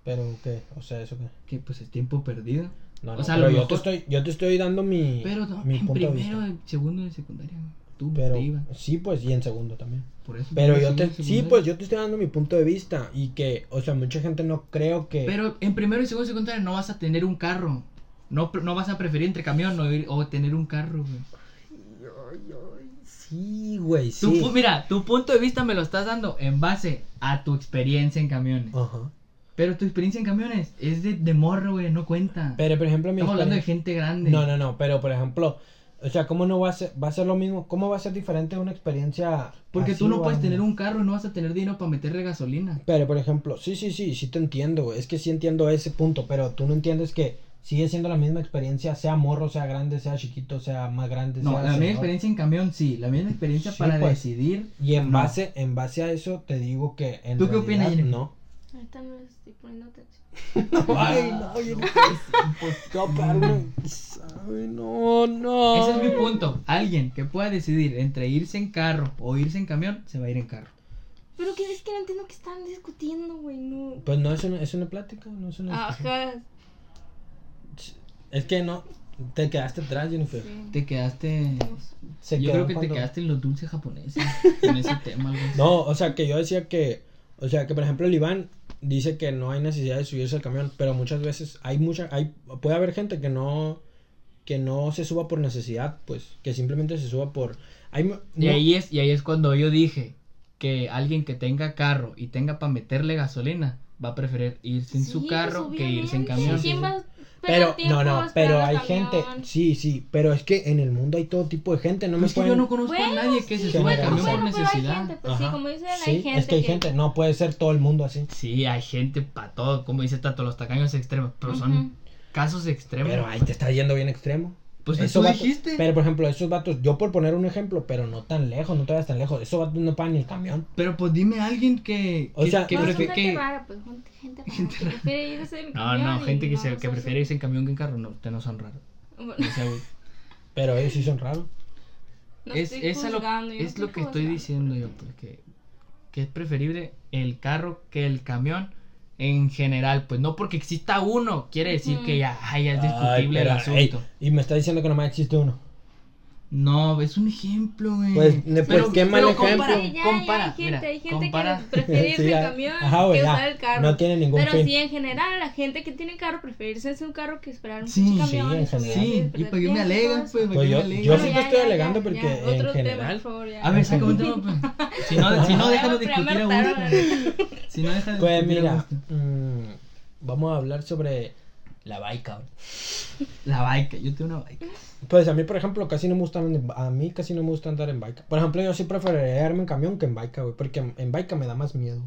Speaker 1: Pero, ¿qué? O sea, ¿eso qué?
Speaker 2: Que pues es tiempo perdido.
Speaker 1: No,
Speaker 2: O
Speaker 1: no,
Speaker 2: sea, a
Speaker 1: pero
Speaker 2: lo
Speaker 1: yo, te
Speaker 2: mejor-
Speaker 1: estoy, yo te estoy dando mi,
Speaker 2: Pero no,
Speaker 1: mi
Speaker 2: en
Speaker 1: punto de
Speaker 2: primero,
Speaker 1: vista.
Speaker 2: en segundo y en secundaria. güey. Tú
Speaker 1: Pero,
Speaker 2: te ibas.
Speaker 1: sí, pues, y en segundo también.
Speaker 2: Por eso.
Speaker 1: Pero
Speaker 2: primero,
Speaker 1: yo te...
Speaker 2: segundo y
Speaker 1: Sí,
Speaker 2: secundaria.
Speaker 1: pues, yo te estoy dando mi punto de vista. Y que, o sea, mucha gente no creo que...
Speaker 2: Pero en primero y segundo y secundaria no vas a tener un carro. No, pre- no vas a preferir entre camión o, ir- o tener un carro, güey.
Speaker 1: Sí, güey,
Speaker 2: Tu
Speaker 1: sí.
Speaker 2: pu- mira, tu punto de vista me lo estás dando en base a tu experiencia en camiones.
Speaker 1: Ajá.
Speaker 2: Pero tu experiencia en camiones es de, de morro, güey, no cuenta.
Speaker 1: Pero, por ejemplo, mi
Speaker 2: Estamos hablando de
Speaker 1: experiencia-
Speaker 2: gente grande.
Speaker 1: No, no, no, pero, por ejemplo... O sea, ¿cómo no va a ser, va a ser lo mismo? ¿Cómo va a ser diferente una experiencia?
Speaker 2: Porque tú
Speaker 1: así,
Speaker 2: no puedes
Speaker 1: güey?
Speaker 2: tener un carro y no vas a tener dinero para meterle gasolina.
Speaker 1: Pero, por ejemplo, sí, sí, sí, sí te entiendo, güey. Es que sí entiendo ese punto, pero tú no entiendes que sigue siendo la misma experiencia, sea morro, sea grande, sea chiquito, sea más grande.
Speaker 2: No,
Speaker 1: sea
Speaker 2: la misma
Speaker 1: señor.
Speaker 2: experiencia en camión sí, la misma experiencia
Speaker 1: Sí,
Speaker 2: para
Speaker 1: pues.
Speaker 2: decidir.
Speaker 1: Y en
Speaker 2: No.
Speaker 1: base, en base a eso te digo que en
Speaker 2: ¿Tú qué opinas,
Speaker 1: realidad,
Speaker 2: Jenny?
Speaker 1: No.
Speaker 3: Ahorita no les estoy poniendo atención.
Speaker 2: Ah,
Speaker 1: Ay, no, yo no No, no.
Speaker 2: Ese es mi punto. Alguien que pueda decidir entre irse en carro o irse en camión, se va a ir en carro.
Speaker 3: Pero que es que no entiendo que están discutiendo, güey, no.
Speaker 1: Pues no es una, es una plática, no es una.
Speaker 3: Ah. Ajá.
Speaker 1: Es que no, te quedaste atrás, Jennifer.
Speaker 3: Sí.
Speaker 2: Te quedaste.
Speaker 1: Se
Speaker 2: yo
Speaker 1: quedó
Speaker 2: creo que
Speaker 1: cuando-
Speaker 2: te quedaste en los dulces japoneses. en ese tema, algo así.
Speaker 1: No, o sea, que yo decía que, o sea, que por ejemplo el Iván dice que no hay necesidad de subirse al camión, pero muchas veces hay mucha, hay, puede haber gente que no, que no se suba por necesidad, pues, que simplemente se suba por, hay, mu-
Speaker 2: Y,
Speaker 1: no-
Speaker 2: ahí es, y ahí es cuando yo dije que alguien que tenga carro y tenga para meterle gasolina va a preferir irse en su
Speaker 3: Sí,
Speaker 2: carro
Speaker 3: pues,
Speaker 2: que irse en
Speaker 3: obviamente.
Speaker 2: camión.
Speaker 3: ¿Quién va a
Speaker 1: pero,
Speaker 3: perder tiempo
Speaker 1: no, no,
Speaker 3: esperando
Speaker 1: pero
Speaker 3: al
Speaker 1: hay
Speaker 3: camión?
Speaker 1: gente, sí, sí, pero es que en el mundo hay todo tipo de gente, no
Speaker 2: Pues
Speaker 1: me
Speaker 2: es que
Speaker 1: pueden-
Speaker 2: yo no conozco
Speaker 3: Bueno,
Speaker 2: a nadie que se
Speaker 3: sí,
Speaker 2: suba al
Speaker 1: bueno,
Speaker 2: camión
Speaker 1: bueno,
Speaker 2: por
Speaker 3: pero hay
Speaker 2: necesidad.
Speaker 3: gente, pues, sí,
Speaker 1: Ajá.
Speaker 3: como dicen,
Speaker 1: Sí,
Speaker 3: hay gente
Speaker 1: es que hay gente, no puede ser todo el mundo así,
Speaker 2: Sí, hay gente para todo, como dice Tato, los tacaños extremos, pero
Speaker 3: Ujú.
Speaker 2: son casos extremos.
Speaker 1: pero ahí te está yendo bien extremo.
Speaker 2: Pues
Speaker 1: Esos
Speaker 2: tú
Speaker 1: vatos-
Speaker 2: dijiste. Pero,
Speaker 1: Pero por ejemplo, esos vatos, yo por poner un ejemplo, pero no tan lejos, no te vayas tan lejos, esos vatos no pagan ni el camión.
Speaker 2: pues dime a alguien que.
Speaker 1: O
Speaker 2: que-
Speaker 1: sea,
Speaker 2: que
Speaker 3: no, son
Speaker 2: prefi-
Speaker 3: gente
Speaker 2: que-
Speaker 3: rara, pues, gente, gente rara, que prefiere irse en
Speaker 2: No,
Speaker 3: camión
Speaker 2: no,
Speaker 3: y
Speaker 2: gente que, se,
Speaker 3: no
Speaker 2: que
Speaker 3: se-
Speaker 2: prefiere irse en camión que en carro, no, ustedes no son raros.
Speaker 3: Bueno,
Speaker 2: O sea, güey,
Speaker 1: Pero ellos sí son raros.
Speaker 3: no
Speaker 2: es
Speaker 3: estoy
Speaker 2: es a lo,
Speaker 3: juzgando, yo no
Speaker 2: es lo que estoy
Speaker 3: juzgando.
Speaker 2: diciendo yo, pues que, que es preferible el carro que el camión en general. Pues no porque exista uno, quiere decir
Speaker 3: Ujú.
Speaker 2: que ya, ay, ya es
Speaker 1: Ay,
Speaker 2: discutible el
Speaker 1: pero, ey,
Speaker 2: asunto.
Speaker 1: y me está diciendo que nomás existe uno.
Speaker 2: No, es un ejemplo, güey.
Speaker 1: Pues, ne- pues, qué mal
Speaker 2: pero
Speaker 1: ejemplo.
Speaker 2: Compara,
Speaker 3: Sí, ya, ya
Speaker 2: compara,
Speaker 3: hay gente,
Speaker 2: mira,
Speaker 3: hay gente
Speaker 2: compara.
Speaker 3: que prefiere irse
Speaker 1: Sí,
Speaker 3: en
Speaker 1: ya.
Speaker 3: camión
Speaker 1: Ajá, güey,
Speaker 3: que
Speaker 1: ya.
Speaker 3: usar el carro.
Speaker 1: No tiene ningún
Speaker 3: Pero
Speaker 1: fin.
Speaker 3: sí, en general, la gente que tiene carro prefiere irse en un carro que esperar un
Speaker 2: Sí,
Speaker 3: pinche
Speaker 1: sí,
Speaker 3: camión.
Speaker 1: en general.
Speaker 3: subirse,
Speaker 2: Sí, y
Speaker 3: perder
Speaker 2: pues yo me
Speaker 3: tiempo,
Speaker 2: alegro,
Speaker 3: todo eso.
Speaker 2: pues,
Speaker 1: Pues
Speaker 2: yo,
Speaker 1: yo-
Speaker 2: me alegro.
Speaker 1: yo
Speaker 3: Bueno,
Speaker 1: sí te
Speaker 3: ya,
Speaker 1: estoy
Speaker 3: ya,
Speaker 1: alegando
Speaker 3: ya,
Speaker 1: porque
Speaker 3: ya.
Speaker 1: en
Speaker 3: Otro tema,
Speaker 1: general-
Speaker 3: por favor, ya.
Speaker 2: A ver, saca un tema, pues. Si no, si no déjalo
Speaker 3: Pero ya me
Speaker 2: discutir a gusto.
Speaker 3: hartaron.
Speaker 2: Si no déjalo
Speaker 1: Pues
Speaker 2: discutir a
Speaker 1: mira,
Speaker 2: gusto.
Speaker 1: mm, vamos a hablar sobre la bike ahora.
Speaker 2: La bike, yo tengo una bike.
Speaker 1: Pues a mí, por ejemplo, casi no me gusta, a mí casi no me gusta andar en bike. Por ejemplo, yo sí preferiría irme en camión que en bike, güey, porque en, en bike me da más miedo.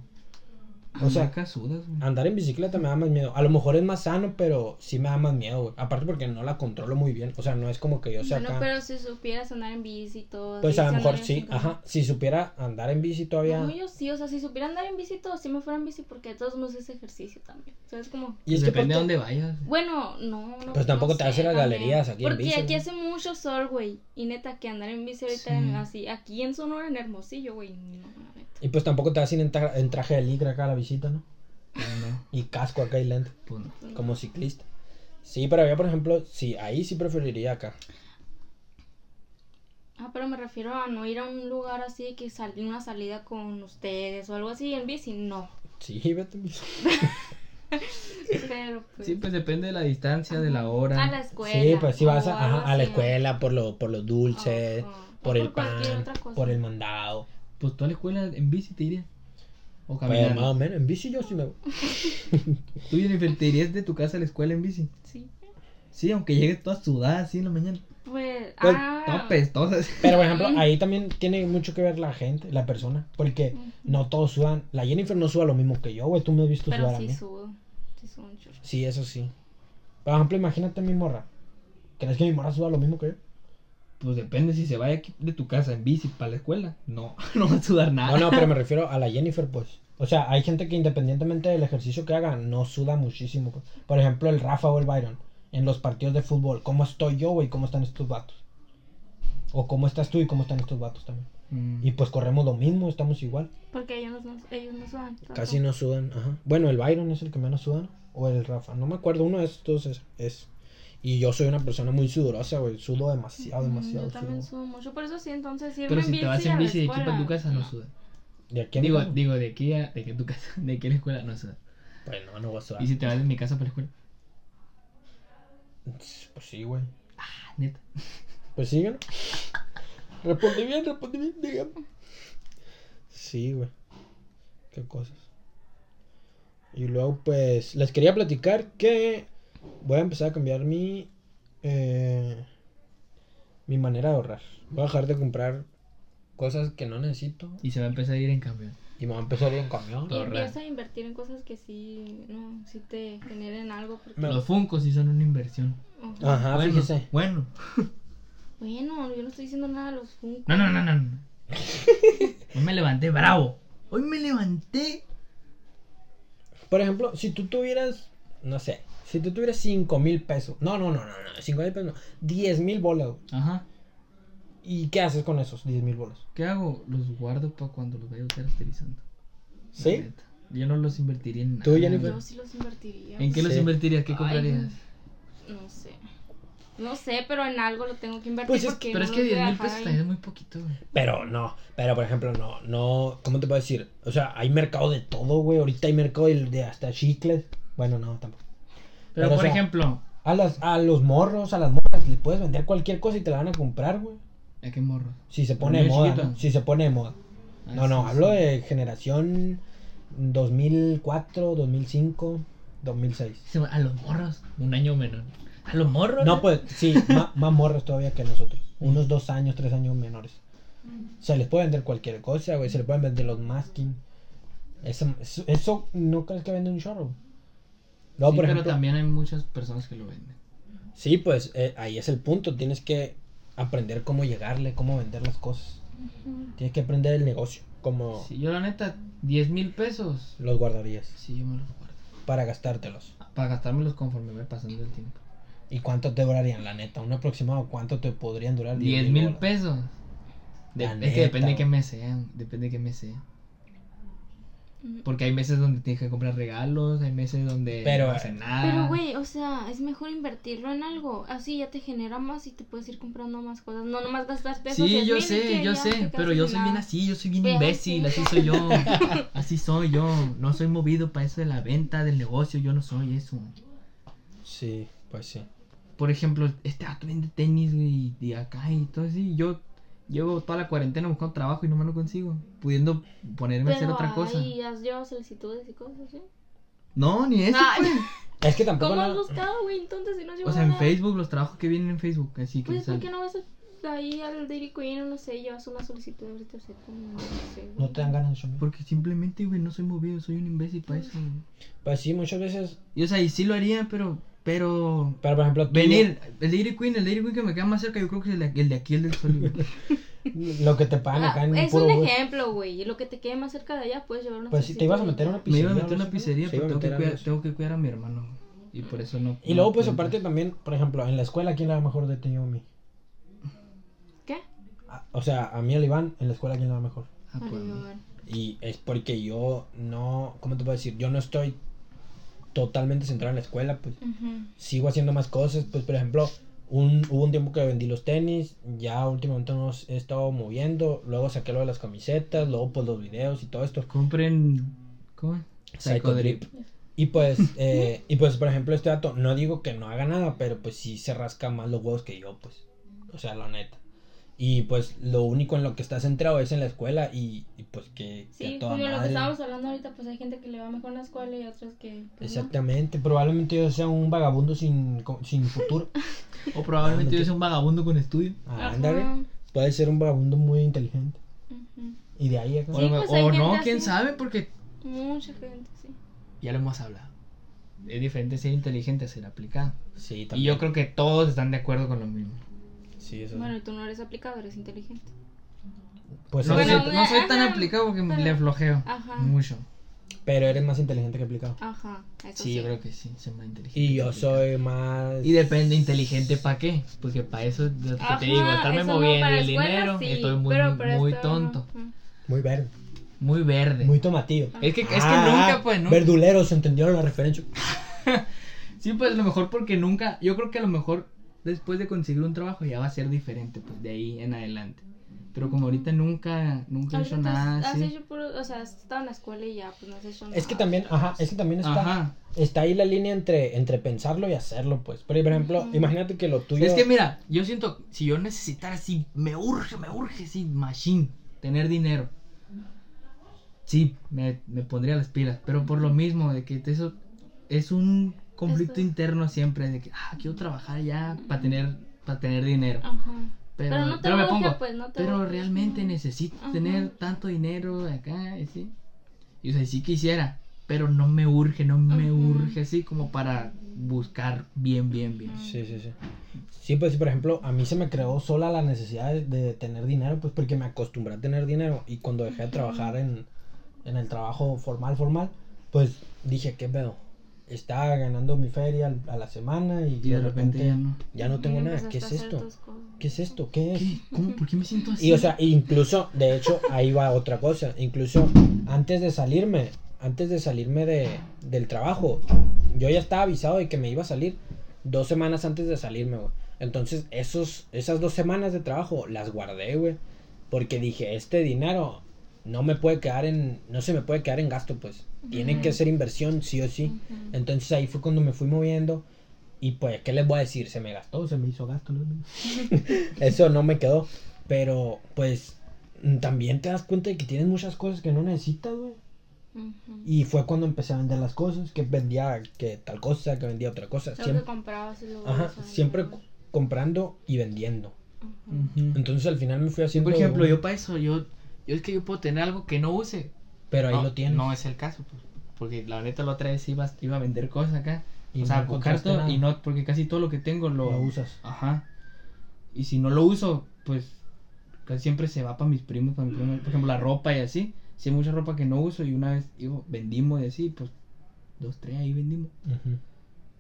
Speaker 1: O sea,
Speaker 2: Acá sudas, güey.
Speaker 1: andar en bicicleta me da más miedo. A lo mejor es más sano, pero sí me da más miedo, güey. Aparte porque no la controlo muy bien. O sea, no es como que yo sea
Speaker 3: Bueno,
Speaker 1: acá.
Speaker 3: pero si supieras andar en bici y todo.
Speaker 1: Pues
Speaker 3: sí,
Speaker 1: a lo
Speaker 3: sí
Speaker 1: mejor
Speaker 3: andarías en
Speaker 1: sí,
Speaker 3: camión.
Speaker 1: ajá. Si supiera andar en bici todavía.
Speaker 3: No, yo sí, o sea, si supiera andar en bici todo, sí me fuera en bici porque de todos modos es ejercicio también. ¿Sabes cómo?
Speaker 1: Y es que
Speaker 2: Depende de
Speaker 1: aparte-
Speaker 2: dónde vayas.
Speaker 3: Bueno, no, no.
Speaker 1: Pues tampoco
Speaker 3: no
Speaker 1: te vas a
Speaker 3: sé,
Speaker 1: ir a
Speaker 3: también.
Speaker 1: galerías aquí en
Speaker 3: Porque
Speaker 1: bici,
Speaker 3: aquí
Speaker 1: güey.
Speaker 3: hace mucho sol, güey. Y neta, que andar en bici ahorita
Speaker 2: Sí.
Speaker 3: en- así. Aquí en Sonora, en Hermosillo, güey. No, la neta.
Speaker 1: Y pues tampoco te vas sin en, tra- en traje de licra acá a la visita, ¿no?
Speaker 2: Pues no,
Speaker 1: Y casco acá y lente,
Speaker 2: pues no.
Speaker 1: como ciclista. Sí, pero yo, por ejemplo, sí, ahí sí preferiría acá.
Speaker 3: Ah, pero me refiero a no ir a un lugar así que sal una salida con ustedes o algo así en bici, no.
Speaker 1: Sí, vete. mi-
Speaker 3: Pero pues.
Speaker 2: Sí, pues depende de la distancia, de la hora.
Speaker 3: a la escuela.
Speaker 1: Sí, pues sí vas
Speaker 3: o
Speaker 1: a, ajá,
Speaker 3: algo
Speaker 1: a la
Speaker 3: así, ¿no?
Speaker 1: escuela por, lo, por los dulces,
Speaker 3: Ajá. O
Speaker 1: por el
Speaker 3: cualquier
Speaker 1: pan,
Speaker 3: otra cosa.
Speaker 1: por el mandado.
Speaker 2: Pues toda la escuela en bici te iría. O
Speaker 1: Pues más o
Speaker 2: caminando.
Speaker 1: menos, en bici yo sí me voy.
Speaker 2: Tú, Jennifer, te irías de tu casa a la escuela en bici.
Speaker 3: Sí.
Speaker 2: Sí, aunque llegues toda sudada así en la mañana.
Speaker 3: Pues,
Speaker 1: Pues,
Speaker 3: ah,
Speaker 2: No, pestosas.
Speaker 1: Pero por ejemplo, ahí también tiene mucho que ver la gente, la persona. Porque no todos sudan. La Jennifer no suda lo mismo que yo, güey. Tú me has visto
Speaker 3: pero
Speaker 1: sudar a
Speaker 3: sí
Speaker 1: mí.
Speaker 3: sudo. Sí sudo un chorro.
Speaker 1: Sí, eso sí. Por ejemplo, imagínate a mi morra. ¿Crees que mi morra suda lo mismo que yo?
Speaker 2: Pues depende si se vaya aquí de tu casa en bici para la escuela. No, no va a sudar nada.
Speaker 1: No, no, pero me refiero a la Jennifer, pues. O sea, hay gente que independientemente del ejercicio que haga, no suda muchísimo. pues. Por ejemplo, el Rafa o el Byron. En los partidos de fútbol, ¿cómo estoy yo, güey? ¿Cómo están estos vatos? O cómo estás tú y cómo están estos vatos también.
Speaker 2: Mm.
Speaker 1: Y pues corremos lo mismo, estamos igual.
Speaker 3: Porque ellos no, ellos no sudan. tanto.
Speaker 1: Casi no sudan, ajá. Bueno, el Byron es el que menos suda, ¿no? o el Rafa, no me acuerdo, uno de estos es. es. Y yo soy una persona muy sudorosa, güey, sudo demasiado,
Speaker 3: Mm,
Speaker 1: demasiado.
Speaker 3: Yo también
Speaker 1: sudo.
Speaker 3: sudo mucho, por eso sí, entonces irme
Speaker 2: Pero
Speaker 3: en
Speaker 2: si te
Speaker 3: bici
Speaker 2: vas en
Speaker 3: a la
Speaker 2: bici de aquí
Speaker 3: escuela,
Speaker 2: para tu casa, no
Speaker 3: no.
Speaker 2: suda.
Speaker 1: ¿De aquí a mi
Speaker 2: Digo,
Speaker 1: casa?
Speaker 2: digo, de aquí a de aquí a tu casa, de aquí a la escuela, no suda.
Speaker 1: Pues no, no voy a sudar.
Speaker 2: ¿Y si te vas de mi casa para la escuela?
Speaker 1: Pues sí, güey.
Speaker 2: Ah, neta.
Speaker 1: Pues sí, ¿no? Respondí bien, respondí bien, dígame. Sí, güey. Qué cosas. Y luego, pues, les quería platicar que voy a empezar a cambiar mi. eh, mi manera de ahorrar. Voy a dejar de comprar cosas que no necesito
Speaker 2: Y se va a empezar a ir en cambio.
Speaker 1: y me voy a empezar a ir en camión.
Speaker 3: Y
Speaker 2: Ahorrar.
Speaker 3: empieza a invertir en cosas que sí, no, sí te generen algo. Porque,
Speaker 1: Me-
Speaker 2: Los funcos sí son una inversión.
Speaker 3: Ajá.
Speaker 1: Ajá,
Speaker 2: bueno,
Speaker 1: Ah, fíjese.
Speaker 2: bueno.
Speaker 3: Bueno, yo no estoy diciendo nada a los Funko.
Speaker 2: No, no, no, no. no. Hoy me levanté bravo. Hoy me levanté.
Speaker 1: Por ejemplo, si tú tuvieras, no sé, si tú tuvieras 5 mil pesos. No, no, no, no, no, 5 mil pesos no. 10 mil bolas, güey.
Speaker 2: Ajá.
Speaker 1: ¿Y qué haces con esos 10 mil bolas?
Speaker 2: ¿Qué hago? Los guardo para cuando los vaya caracterizando. La
Speaker 1: ¿Sí?
Speaker 2: neta. Yo no los invertiría en nada.
Speaker 1: Tú, Jennifer.
Speaker 3: Yo sí los invertiría.
Speaker 2: ¿En qué los
Speaker 1: Sí.
Speaker 2: invertirías? ¿Qué
Speaker 3: Ay,
Speaker 2: comprarías?
Speaker 3: No sé. No sé, pero en algo lo tengo que invertir.
Speaker 1: Pues es-
Speaker 3: porque
Speaker 2: Pero
Speaker 3: no
Speaker 2: es que
Speaker 3: los voy
Speaker 2: 10
Speaker 3: a
Speaker 2: mil
Speaker 3: dejar
Speaker 2: pesos
Speaker 3: ahí.
Speaker 2: también es muy poquito, güey.
Speaker 1: Pero no, pero por ejemplo, no, no, ¿cómo te puedo decir? O sea, hay mercado de todo, güey. Ahorita hay mercado de, de hasta chicles. Bueno, no, tampoco.
Speaker 2: Pero,
Speaker 1: Pero, o
Speaker 2: por
Speaker 1: sea,
Speaker 2: ejemplo,
Speaker 1: A, las, a los morros, a las morras, le puedes vender cualquier cosa y te la van a comprar, güey.
Speaker 2: ¿a qué morro?
Speaker 1: Si se pone de
Speaker 2: niño
Speaker 1: moda,
Speaker 2: chiquito?
Speaker 1: ¿no? si se pone de moda.
Speaker 2: Ah,
Speaker 1: No, no,
Speaker 2: sí,
Speaker 1: hablo
Speaker 2: sí.
Speaker 1: de generación 2004, 2005, 2006.
Speaker 2: Se va- A los morros, un año menos. A los morros.
Speaker 1: No, pues sí, ma- más morros todavía que nosotros. Unos dos años, tres años menores.
Speaker 2: Mm.
Speaker 1: Se les puede vender cualquier cosa, güey. Se les pueden vender los masking. Eso, eso, eso no crees que vende un chorro. güey? Luego,
Speaker 2: Sí,
Speaker 1: por
Speaker 2: pero
Speaker 1: ejemplo-
Speaker 2: también hay muchas personas que lo venden.
Speaker 1: Sí, pues eh, ahí es el punto. Tienes que aprender cómo llegarle, cómo vender las cosas. Tienes que aprender el negocio, como
Speaker 2: Si yo, la neta, 10 mil pesos,
Speaker 1: los guardarías,
Speaker 2: sí, yo me los guardo.
Speaker 1: para gastártelos.
Speaker 2: Para gastármelos conforme va pasando el tiempo.
Speaker 1: ¿Y cuánto te durarían, la neta? Un aproximado, ¿cuánto te podrían durar?
Speaker 2: 10 mil
Speaker 1: bolas?
Speaker 2: pesos. De-
Speaker 1: La
Speaker 2: es
Speaker 1: neta,
Speaker 2: que depende de qué
Speaker 1: güey.
Speaker 2: mes sean. Depende de qué mes sea. Porque hay meses donde tienes que comprar regalos, hay meses donde
Speaker 1: Pero, eh,
Speaker 2: no hacen nada.
Speaker 3: Pero, güey, o sea, es mejor invertirlo en algo. Así ya te genera más y te puedes ir comprando más cosas. No nomás gastar pesos.
Speaker 2: Sí,
Speaker 3: diez
Speaker 2: yo
Speaker 3: mil y
Speaker 2: sé,
Speaker 3: que
Speaker 2: yo
Speaker 3: ya no
Speaker 2: sé,
Speaker 3: te
Speaker 2: pero
Speaker 3: quedaste
Speaker 2: yo
Speaker 3: sin
Speaker 2: soy bien
Speaker 3: nada.
Speaker 2: así, yo soy bien
Speaker 3: Pero
Speaker 2: imbécil,
Speaker 3: sí.
Speaker 2: así soy yo. Así soy yo. No soy movido para eso de la venta, del negocio, yo no soy eso.
Speaker 1: Sí, pues sí.
Speaker 2: Por ejemplo, este vato vende tenis, güey, y acá y todo así. Yo llevo toda la cuarentena buscando trabajo y no me lo consigo, pudiendo ponerme a hacer
Speaker 3: Pero
Speaker 2: otra cosa.
Speaker 3: ahí has llevado solicitudes y cosas, ¿sí?
Speaker 2: No, ni eso.
Speaker 3: Ay,
Speaker 1: Es que tampoco...
Speaker 3: ¿Cómo
Speaker 1: no-
Speaker 3: has buscado, güey? Entonces, si no has
Speaker 2: O
Speaker 3: llevado
Speaker 2: sea, en
Speaker 3: nada.
Speaker 2: Facebook, los trabajos que vienen en Facebook, así que
Speaker 3: Pues, ¿por
Speaker 2: sal-
Speaker 3: qué no vas a- ahí al Dairy Queen o no sé, llevas una solicitud ahorita? o sea, como, no sé, güey.
Speaker 1: No te dan ganas de chumbear.
Speaker 2: Porque simplemente, güey, no soy movido, soy un imbécil para eso. güey.
Speaker 1: Pues sí, muchas veces.
Speaker 2: Y o sea, y sí lo haría, pero, pero
Speaker 1: Pero por ejemplo, tú-
Speaker 2: Venir, el Dairy Queen, el Dairy Queen que me queda más cerca, yo creo que es el de, el de aquí, el del Sol. güey.
Speaker 1: lo que te pagan
Speaker 3: Ah,
Speaker 1: acá en
Speaker 3: es
Speaker 1: puro
Speaker 3: un
Speaker 1: Uber.
Speaker 3: ejemplo, güey. Y lo que te quede más cerca de allá puedes llevar una
Speaker 1: Pues sí, te ibas a meter a una
Speaker 2: me
Speaker 1: pizzería.
Speaker 2: iba a meter
Speaker 1: algo
Speaker 2: en una
Speaker 1: así,
Speaker 2: pizzería,
Speaker 1: ¿no? Se
Speaker 2: pero
Speaker 1: iba a
Speaker 2: tengo que,
Speaker 1: meter algo
Speaker 2: cuidar,
Speaker 1: así.
Speaker 2: tengo que cuidar a mi hermano. güey, Y por eso no.
Speaker 1: Y
Speaker 2: no
Speaker 1: luego, pues
Speaker 2: puedo
Speaker 1: aparte
Speaker 2: entrar.
Speaker 1: también, por ejemplo, en la escuela, ¿quién la mejor detenido a mí?
Speaker 3: ¿Qué?
Speaker 1: A- O sea, a mí al Iván, en la escuela, ¿quién la mejor?
Speaker 2: Ah, pues,
Speaker 3: Arriba,
Speaker 2: no.
Speaker 3: güey.
Speaker 1: Y es porque yo no, ¿cómo te puedo decir? Yo no estoy totalmente centrado en la escuela, pues
Speaker 3: Ujú.
Speaker 1: sigo haciendo más cosas, pues por ejemplo, un, hubo un tiempo que vendí los tenis, ya últimamente nos he estado moviendo, luego saqué lo de las camisetas, luego pues los videos y todo esto.
Speaker 2: Compren. ¿Cómo?
Speaker 1: Psychodrip. Y pues, eh, y pues, por ejemplo, este dato, no digo que no haga nada, pero pues sí se rasca más los huevos que yo, pues. O sea, la neta. Y pues lo único en lo que estás centrado es en la escuela y, y, pues que, que
Speaker 3: Sí,
Speaker 1: a toda
Speaker 3: como lo que
Speaker 1: madre.
Speaker 3: estábamos hablando ahorita, pues hay gente que le va mejor en la escuela y otros que. pues, no.
Speaker 1: Exactamente, probablemente yo sea un vagabundo sin, co- sin futuro.
Speaker 2: O probablemente yo sea un vagabundo con estudio.
Speaker 1: Ah,
Speaker 3: Ajá.
Speaker 1: ándale. Puede ser un vagabundo muy inteligente.
Speaker 3: Ujú.
Speaker 1: Y de ahí acá.
Speaker 2: O,
Speaker 3: Sí,
Speaker 2: lo-
Speaker 3: pues,
Speaker 2: o
Speaker 3: hay gente
Speaker 2: no,
Speaker 3: así.
Speaker 2: quién sabe, porque
Speaker 3: Mucha gente, sí.
Speaker 2: ya lo hemos hablado. Es diferente ser inteligente a ser aplicado.
Speaker 1: Sí,
Speaker 2: Y yo creo que todos están de acuerdo con lo mismo.
Speaker 1: Sí, eso sí.
Speaker 3: Bueno, tú no eres aplicado, eres inteligente.
Speaker 1: Pues
Speaker 2: No,
Speaker 1: sí,
Speaker 3: Bueno, eh,
Speaker 2: soy, no soy tan
Speaker 3: ajá,
Speaker 2: aplicado porque
Speaker 3: pero-
Speaker 2: le flojeo
Speaker 3: Ajá.
Speaker 2: mucho.
Speaker 1: pero eres más inteligente que aplicado.
Speaker 3: Ajá, eso
Speaker 2: Sí,
Speaker 3: sí.
Speaker 2: yo creo que sí, soy más inteligente.
Speaker 1: Y yo
Speaker 2: que
Speaker 1: soy más.
Speaker 2: Y depende, inteligente para qué. Porque para eso, de lo que
Speaker 3: Ajá,
Speaker 2: te digo, estarme
Speaker 3: eso no,
Speaker 2: moviendo
Speaker 3: para
Speaker 2: el
Speaker 3: escuela
Speaker 2: dinero,
Speaker 3: sí,
Speaker 2: estoy muy,
Speaker 3: pero para
Speaker 2: muy
Speaker 3: esto no.
Speaker 2: tonto,
Speaker 3: Ajá.
Speaker 1: Muy verde.
Speaker 2: muy verde.
Speaker 1: Muy tomatillo.
Speaker 2: Es que, es que
Speaker 1: Ah,
Speaker 2: nunca, pues, nunca.
Speaker 1: Verduleros, ¿entendieron la referencia?
Speaker 2: Sí, pues a lo mejor porque nunca, yo creo que a lo mejor después de conseguir un trabajo ya va a ser diferente, pues de ahí en adelante. Pero como ahorita nunca, nunca he
Speaker 3: Ahorita
Speaker 2: hecho
Speaker 3: tú
Speaker 2: nada
Speaker 3: has
Speaker 2: así.
Speaker 3: hecho puro- o sea, has estado en la escuela y ya, pues no has hecho nada.
Speaker 1: Es que también, ajá, es que también está,
Speaker 2: Ajá.
Speaker 1: está ahí la línea entre, entre pensarlo y hacerlo, pues. Pero, por ejemplo,
Speaker 3: Ujú.
Speaker 1: imagínate que lo tuyo.
Speaker 2: Es que mira, yo siento, si yo necesitara así, me urge, me urge así, machine, tener dinero. Sí, me, me pondría las pilas, pero por lo mismo, de que eso es un conflicto
Speaker 3: Eso.
Speaker 2: interno siempre, de que, ah, quiero trabajar ya para tener, para tener dinero.
Speaker 3: Ajá.
Speaker 2: Pero,
Speaker 3: Ah, Pero no te
Speaker 2: pero me
Speaker 3: urge,
Speaker 2: pongo,
Speaker 3: pues, no te
Speaker 2: pero
Speaker 3: urge".
Speaker 2: realmente necesito
Speaker 3: Ajá.
Speaker 2: tener tanto dinero acá, y sí. Y o sea, sí quisiera, pero no me urge, no me
Speaker 3: Ujú.
Speaker 2: urge así como para buscar bien, bien, bien.
Speaker 1: Sí, sí, sí. Sí, pues, por ejemplo, a mí se me creó sola la necesidad de, de tener dinero, pues porque me acostumbré a tener dinero. Y cuando dejé de trabajar en, en el trabajo formal, formal, pues dije, ¿qué pedo? Estaba ganando mi feria al- a la semana y,
Speaker 2: Y de repente ya no.
Speaker 1: ya no tengo
Speaker 3: Y
Speaker 1: nada. ¿Qué
Speaker 3: empezaste
Speaker 1: es
Speaker 3: a hacer
Speaker 1: esto?
Speaker 3: tus cosas.
Speaker 1: ¿Qué es esto? ¿Qué es?
Speaker 2: ¿Qué? ¿Cómo? ¿Por qué me siento así?
Speaker 1: Y o sea, incluso, de hecho, ahí va otra cosa. Incluso antes de salirme, antes de salirme de, del trabajo, yo ya estaba avisado de que me iba a salir dos semanas antes de salirme, güey. Entonces, esos, esas dos semanas de trabajo las guardé, güey. Porque dije, este dinero no me puede quedar en, no se me puede quedar en gasto, pues. Tiene que ser inversión, sí o sí.
Speaker 3: Ujú.
Speaker 1: Entonces ahí fue cuando me fui moviendo. Y pues, ¿qué les voy a decir? Se me
Speaker 2: Oh,
Speaker 1: gastó, se me hizo gasto. ¿no? Eso no me quedó. Pero, pues, mm, también te das cuenta de que tienes muchas cosas que no necesitas, güey.
Speaker 3: Ujú.
Speaker 1: Y fue cuando empecé a vender las cosas, que vendía que tal cosa, que vendía otra cosa.
Speaker 3: Lo
Speaker 1: Siem-
Speaker 3: que comprabas y luego
Speaker 1: ajá,
Speaker 3: eso,
Speaker 1: siempre
Speaker 3: ¿no?
Speaker 1: cu- comprando y vendiendo.
Speaker 3: Ujú.
Speaker 2: Ujú.
Speaker 1: Entonces al final me fui
Speaker 2: Sí,
Speaker 1: haciendo...
Speaker 2: por ejemplo, yo para eso, yo, yo es que yo puedo tener algo que no use.
Speaker 1: Pero ahí
Speaker 2: no,
Speaker 1: lo tienes.
Speaker 2: No es el caso, pues, porque la neta la otra vez iba, iba a vender cosas acá.
Speaker 1: Y
Speaker 2: o
Speaker 1: no
Speaker 2: sea, buscar
Speaker 1: encontraste
Speaker 2: todo
Speaker 1: nada.
Speaker 2: y no, porque casi todo lo que tengo lo,
Speaker 1: Lo usas.
Speaker 2: Ajá. Y si no lo uso, pues casi siempre se va para mis primos, para mis primos. Por ejemplo, la ropa y así. Si hay mucha ropa que no uso y una vez digo, vendimos y así, pues dos, tres ahí vendimos.
Speaker 1: Ujú.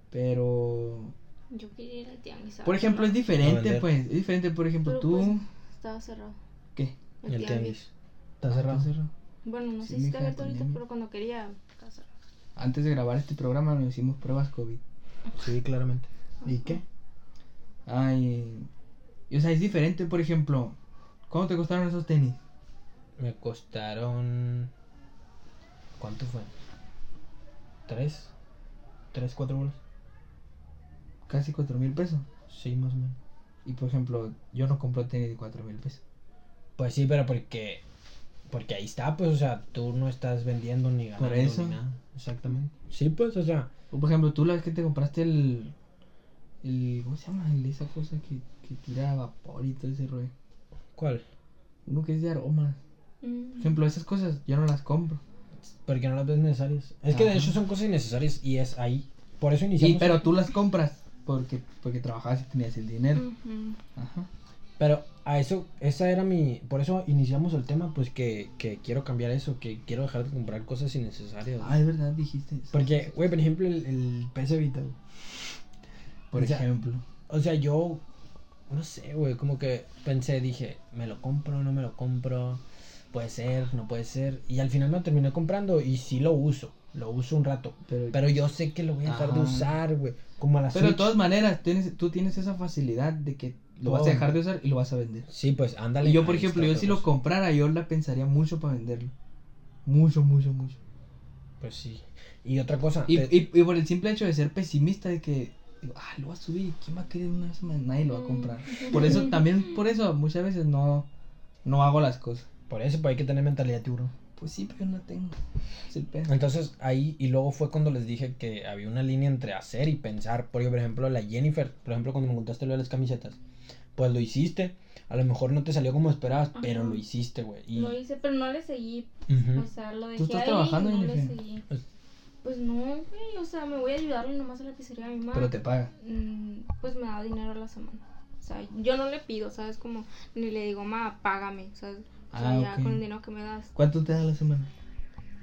Speaker 2: Pero,
Speaker 3: Yo quería ir al tianguis.
Speaker 2: por
Speaker 3: ahora,
Speaker 2: ejemplo, es
Speaker 3: pero
Speaker 2: diferente,
Speaker 1: vender.
Speaker 2: pues. Es diferente, por ejemplo,
Speaker 3: Pero,
Speaker 2: tú.
Speaker 3: pues, Estaba cerrado.
Speaker 2: ¿Qué? Ah,
Speaker 1: El,
Speaker 3: El tianguis.
Speaker 1: tianguis. Está cerrado.
Speaker 3: Bueno, no
Speaker 2: Sí,
Speaker 3: sé si
Speaker 2: mija,
Speaker 3: está abierto ahorita,
Speaker 2: pandemia.
Speaker 3: pero cuando quería, estaba cerrado.
Speaker 2: Antes de grabar este programa nos hicimos pruebas COVID.
Speaker 1: Sí, claramente. ¿Y qué?
Speaker 2: Ay. y, o sea, es diferente, por ejemplo. ¿Cómo te costaron esos tenis?
Speaker 1: Me costaron. ¿Cuánto fue? ¿Tres? ¿Tres, cuatro bolas?
Speaker 2: Casi cuatro mil pesos.
Speaker 1: Sí, más o menos.
Speaker 2: Y por ejemplo, yo no compro tenis de cuatro mil pesos.
Speaker 1: Pues sí, pero porque. Porque ahí está, pues, o sea, tú no estás vendiendo ni ganando
Speaker 2: Por eso.
Speaker 1: ni nada. Exactamente. Sí, pues, o sea.
Speaker 2: O por ejemplo, tú la vez que te compraste el. el ¿Cómo se llama? El- esa cosa que, que tira vapor y todo ese rollo.
Speaker 1: ¿Cuál?
Speaker 2: Uno que es de aromas. Por
Speaker 3: Mm.
Speaker 2: ejemplo, esas cosas yo no las compro.
Speaker 1: Porque no las ves necesarias. Es que de
Speaker 2: Ajá.
Speaker 1: hecho son cosas innecesarias y es ahí. Por eso
Speaker 2: Y,
Speaker 1: iniciamos.
Speaker 2: pero tú las compras porque, porque trabajabas y tenías el dinero.
Speaker 3: Ujú.
Speaker 2: Ajá.
Speaker 1: Pero a eso, esa era mi. Por eso iniciamos el tema, pues que, que quiero cambiar eso, que quiero dejar de comprar cosas innecesarias.
Speaker 2: Ah, es verdad, dijiste eso.
Speaker 1: Porque, güey, por ejemplo, el, el PS Vita, güey.
Speaker 2: Por
Speaker 1: o sea,
Speaker 2: ejemplo.
Speaker 1: O sea, yo, no sé, güey, como que pensé, dije, me lo compro, no me lo compro, puede ser, no puede ser. Y al final me lo terminé comprando y sí lo uso, lo uso un rato.
Speaker 2: Pero,
Speaker 1: Pero yo sé que lo voy a dejar de
Speaker 2: Ajá.
Speaker 1: usar, güey, como a las
Speaker 2: Pero de todas maneras, tienes, tú tienes esa facilidad de que lo vas a
Speaker 1: Todo.
Speaker 2: dejar de usar y lo vas a vender.
Speaker 1: Sí, pues, ándale.
Speaker 2: Y yo, por
Speaker 1: ahí
Speaker 2: ejemplo,
Speaker 1: está
Speaker 2: yo
Speaker 1: otra
Speaker 2: si lo
Speaker 1: cosa.
Speaker 2: comprara, yo la pensaría mucho para venderlo. Mucho, mucho, mucho.
Speaker 1: Pues sí. Y otra cosa,
Speaker 2: Y,
Speaker 1: te-
Speaker 2: y- y por el simple hecho de ser pesimista, de que digo, ah, lo va a subir, ¿quién va a querer una vez más? Nadie lo va a comprar.
Speaker 3: Mm,
Speaker 2: Por eso, también por eso muchas veces no, no hago las cosas.
Speaker 1: Por eso, pues hay que tener mentalidad de tiburón.
Speaker 2: Pues sí, pero yo no la tengo. Es el pedo.
Speaker 1: Entonces ahí, y luego fue cuando les dije que había una línea entre hacer y pensar. Porque, por ejemplo, la Jennifer, por ejemplo, cuando me contaste lo de las camisetas, pues lo hiciste. A lo mejor no te salió como esperabas,
Speaker 3: Ajá.
Speaker 1: pero lo hiciste, güey. Y...
Speaker 3: Lo hice, pues. pero no le seguí.
Speaker 1: Ujú.
Speaker 3: O sea, lo dejé
Speaker 2: estás
Speaker 3: ahí
Speaker 2: trabajando,
Speaker 3: y no le
Speaker 2: Jennifer?
Speaker 3: seguí.
Speaker 1: Pues-
Speaker 3: Pues no, güey, o sea, me voy a ayudarle nomás a la pizzería a mi mamá.
Speaker 2: Pero te paga.
Speaker 3: Mm, pues me da dinero a la semana. O sea, yo no le pido, ¿sabes? Como ni le digo, ma, págame, ¿sabes? O sea,
Speaker 2: Ah,
Speaker 3: ya
Speaker 2: ok.
Speaker 3: con el dinero que me das.
Speaker 2: ¿Cuánto te da la semana?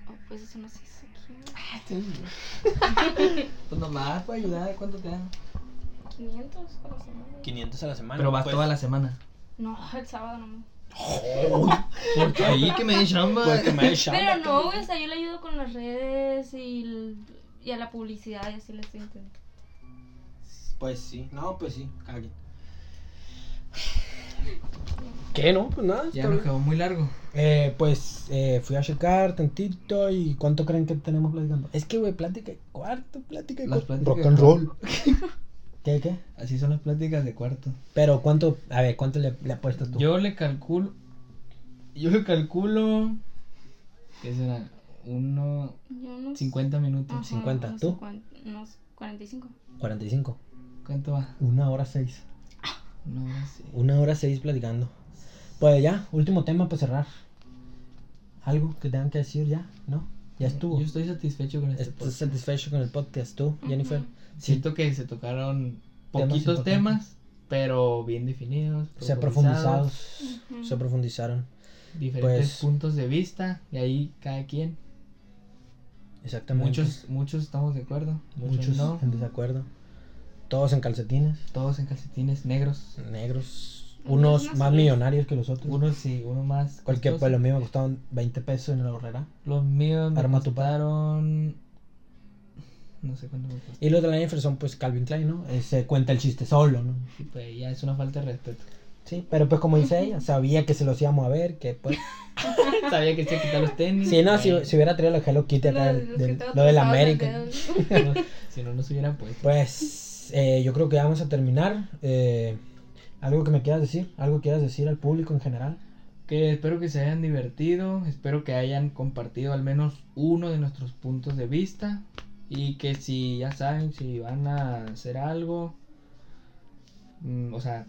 Speaker 3: Oh, pues eso no sé. eso aquí,
Speaker 2: Pues nomás para ayudar, ¿cuánto te dan?
Speaker 3: 500 a la semana.
Speaker 1: 500 a la semana.
Speaker 2: Pero vas
Speaker 1: pues.
Speaker 2: toda la semana.
Speaker 3: No, el sábado no.
Speaker 2: Ahí Pues que me den chamba.
Speaker 1: Porque me
Speaker 3: Pero
Speaker 1: echaba.
Speaker 3: no, güey, o sea, yo le ayudo con las redes y, el- y a la publicidad y así le estoy intentando.
Speaker 1: Pues sí, no, pues sí, ¿Qué no? Pues nada.
Speaker 2: Ya
Speaker 1: está
Speaker 2: me
Speaker 1: bien.
Speaker 2: quedó muy largo.
Speaker 1: Eh, pues eh, fui a checar tantito y cuánto creen que tenemos platicando. Es que, güey, plática de cuarto, plática de
Speaker 2: Las
Speaker 1: cuarto.
Speaker 2: pláticas de
Speaker 1: ¿Qué, qué?
Speaker 2: Así son las pláticas de cuarto.
Speaker 1: Pero cuánto, a ver, ¿cuánto le, le apuestas tú?
Speaker 2: Yo le calculo. Yo le calculo. ¿Qué será? Uno.
Speaker 3: Yo no
Speaker 2: 50 minutos.
Speaker 1: 50, ¿tú?
Speaker 3: Unos 45.
Speaker 1: 45.
Speaker 2: ¿Cuánto va?
Speaker 1: Una hora seis.
Speaker 2: No, no sé.
Speaker 1: Una hora seis platicando. Pues ya, último tema para cerrar. Algo que tengan que decir ya, ¿no? Ya estuvo.
Speaker 2: Yo estoy satisfecho con este
Speaker 1: ¿Estás
Speaker 2: podcast.
Speaker 1: satisfecho con el podcast tú, Jennifer?
Speaker 3: Ujú.
Speaker 1: Sí,
Speaker 2: Siento que se tocaron
Speaker 1: Temas
Speaker 2: poquitos
Speaker 1: importantes.
Speaker 2: temas, pero bien definidos.
Speaker 1: se ha profundizado,
Speaker 2: profundizados,
Speaker 3: Ujú.
Speaker 1: se profundizaron.
Speaker 2: Diferentes
Speaker 1: Pues-
Speaker 2: puntos de vista. Y ahí cada quien.
Speaker 1: Exactamente.
Speaker 2: Muchos, muchos estamos de acuerdo. Muchos,
Speaker 1: muchos
Speaker 2: no.
Speaker 1: en desacuerdo. Todos en calcetines,
Speaker 2: Todos en calcetines negros.
Speaker 1: negros,
Speaker 3: Unos
Speaker 1: unos
Speaker 3: más
Speaker 1: más
Speaker 3: azules.
Speaker 1: millonarios que los otros.
Speaker 2: Uno sí, uno más.
Speaker 1: Cualquier
Speaker 2: costoso.
Speaker 1: pues lo mismo costaban 20 pesos en la horrera.
Speaker 2: Los míos me
Speaker 1: Arma tu par.
Speaker 2: costaron. No sé cuánto me costó.
Speaker 1: Y los de la Jennifer son pues Calvin Klein, ¿no? Eh, se cuenta el chiste solo, ¿no?
Speaker 2: Y pues ya es una falta de respeto.
Speaker 1: Sí, pero pues como dice ella, sabía que se los íbamos a ver, que pues...
Speaker 2: Sabía que se quitar los tenis.
Speaker 1: Si no,
Speaker 2: Bueno,
Speaker 1: si, si hubiera traído los Hello Kitty acá,
Speaker 3: Los-
Speaker 1: del-
Speaker 3: los que
Speaker 1: del-
Speaker 3: todos
Speaker 1: lo del
Speaker 3: cruzados al
Speaker 1: América.
Speaker 3: dedo.
Speaker 2: si no, si no nos hubieran puesto.
Speaker 1: Pues eh, yo creo que ya vamos a terminar. Eh, ¿Algo que me quieras decir? ¿Algo que quieras decir al público en general?
Speaker 2: Que espero que se hayan divertido. Espero que hayan compartido al menos uno de nuestros puntos de vista. Y que si ya saben, si van a hacer algo. mm, o sea,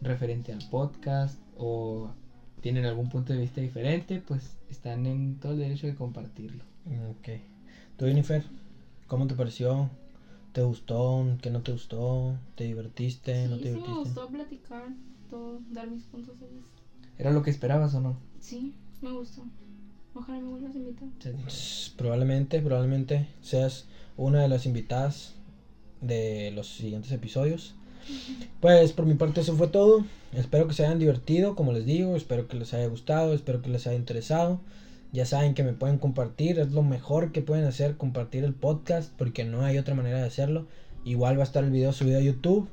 Speaker 2: referente al podcast. O tienen algún punto de vista diferente. Pues están en todo el derecho de compartirlo.
Speaker 1: Ok. ¿Tú, Jennifer? ¿Cómo te pareció? ¿Te gustó? ¿Qué no te gustó? ¿Te divertiste? ¿No
Speaker 3: sí,
Speaker 1: te
Speaker 3: sí me
Speaker 1: divertiste?
Speaker 3: gustó platicar, todo, dar mis puntos de vista.
Speaker 2: ¿Era lo que esperabas o no?
Speaker 3: Sí, me gustó. Ojalá me vuelvas a invitar.
Speaker 1: S- Probablemente, probablemente seas una de las invitadas de los siguientes episodios. Pues por mi parte eso fue todo. Espero que se hayan divertido, como les digo, espero que les haya gustado, espero que les haya interesado. Ya saben que me pueden compartir, es lo mejor que pueden hacer, compartir el podcast, porque no hay otra manera de hacerlo. Igual va a estar el video subido a YouTube.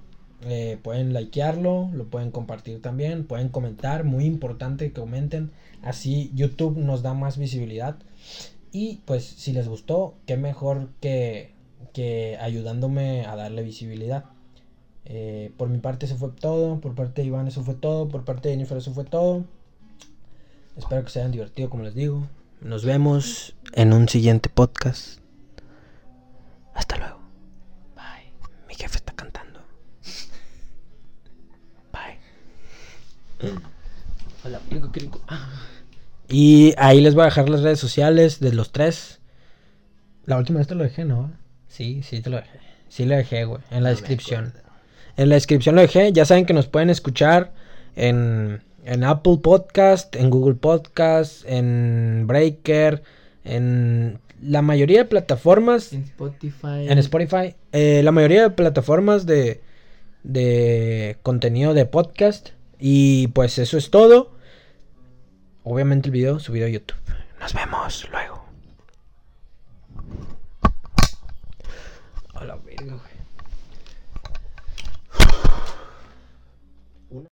Speaker 1: eh, pueden likearlo, lo pueden compartir también, pueden comentar, muy importante que comenten. Así YouTube nos da más visibilidad. Y pues si les gustó, qué mejor que, que ayudándome a darle visibilidad. Eh, por mi parte eso fue todo, por parte de Iván eso fue todo, por parte de Jennifer eso fue todo. Espero que se hayan divertido como les digo. Nos vemos en un siguiente podcast. Hasta luego. Bye. Mi jefe está cantando. Bye. Mm. Hola, público, qué rico. Y ahí les voy a dejar las redes sociales de los tres. La última vez te lo dejé, ¿no? Sí, sí te lo dejé. Sí lo dejé, güey. En la descripción. En la descripción lo dejé. Ya saben que nos pueden escuchar en, en Apple Podcast, en Google Podcast, en Breaker, en la mayoría de plataformas.
Speaker 2: En Spotify.
Speaker 1: En Spotify. Eh, la mayoría de plataformas de, de contenido de podcast. Y pues eso es todo. Obviamente el video subido a YouTube. Nos vemos luego. A la verga, güey.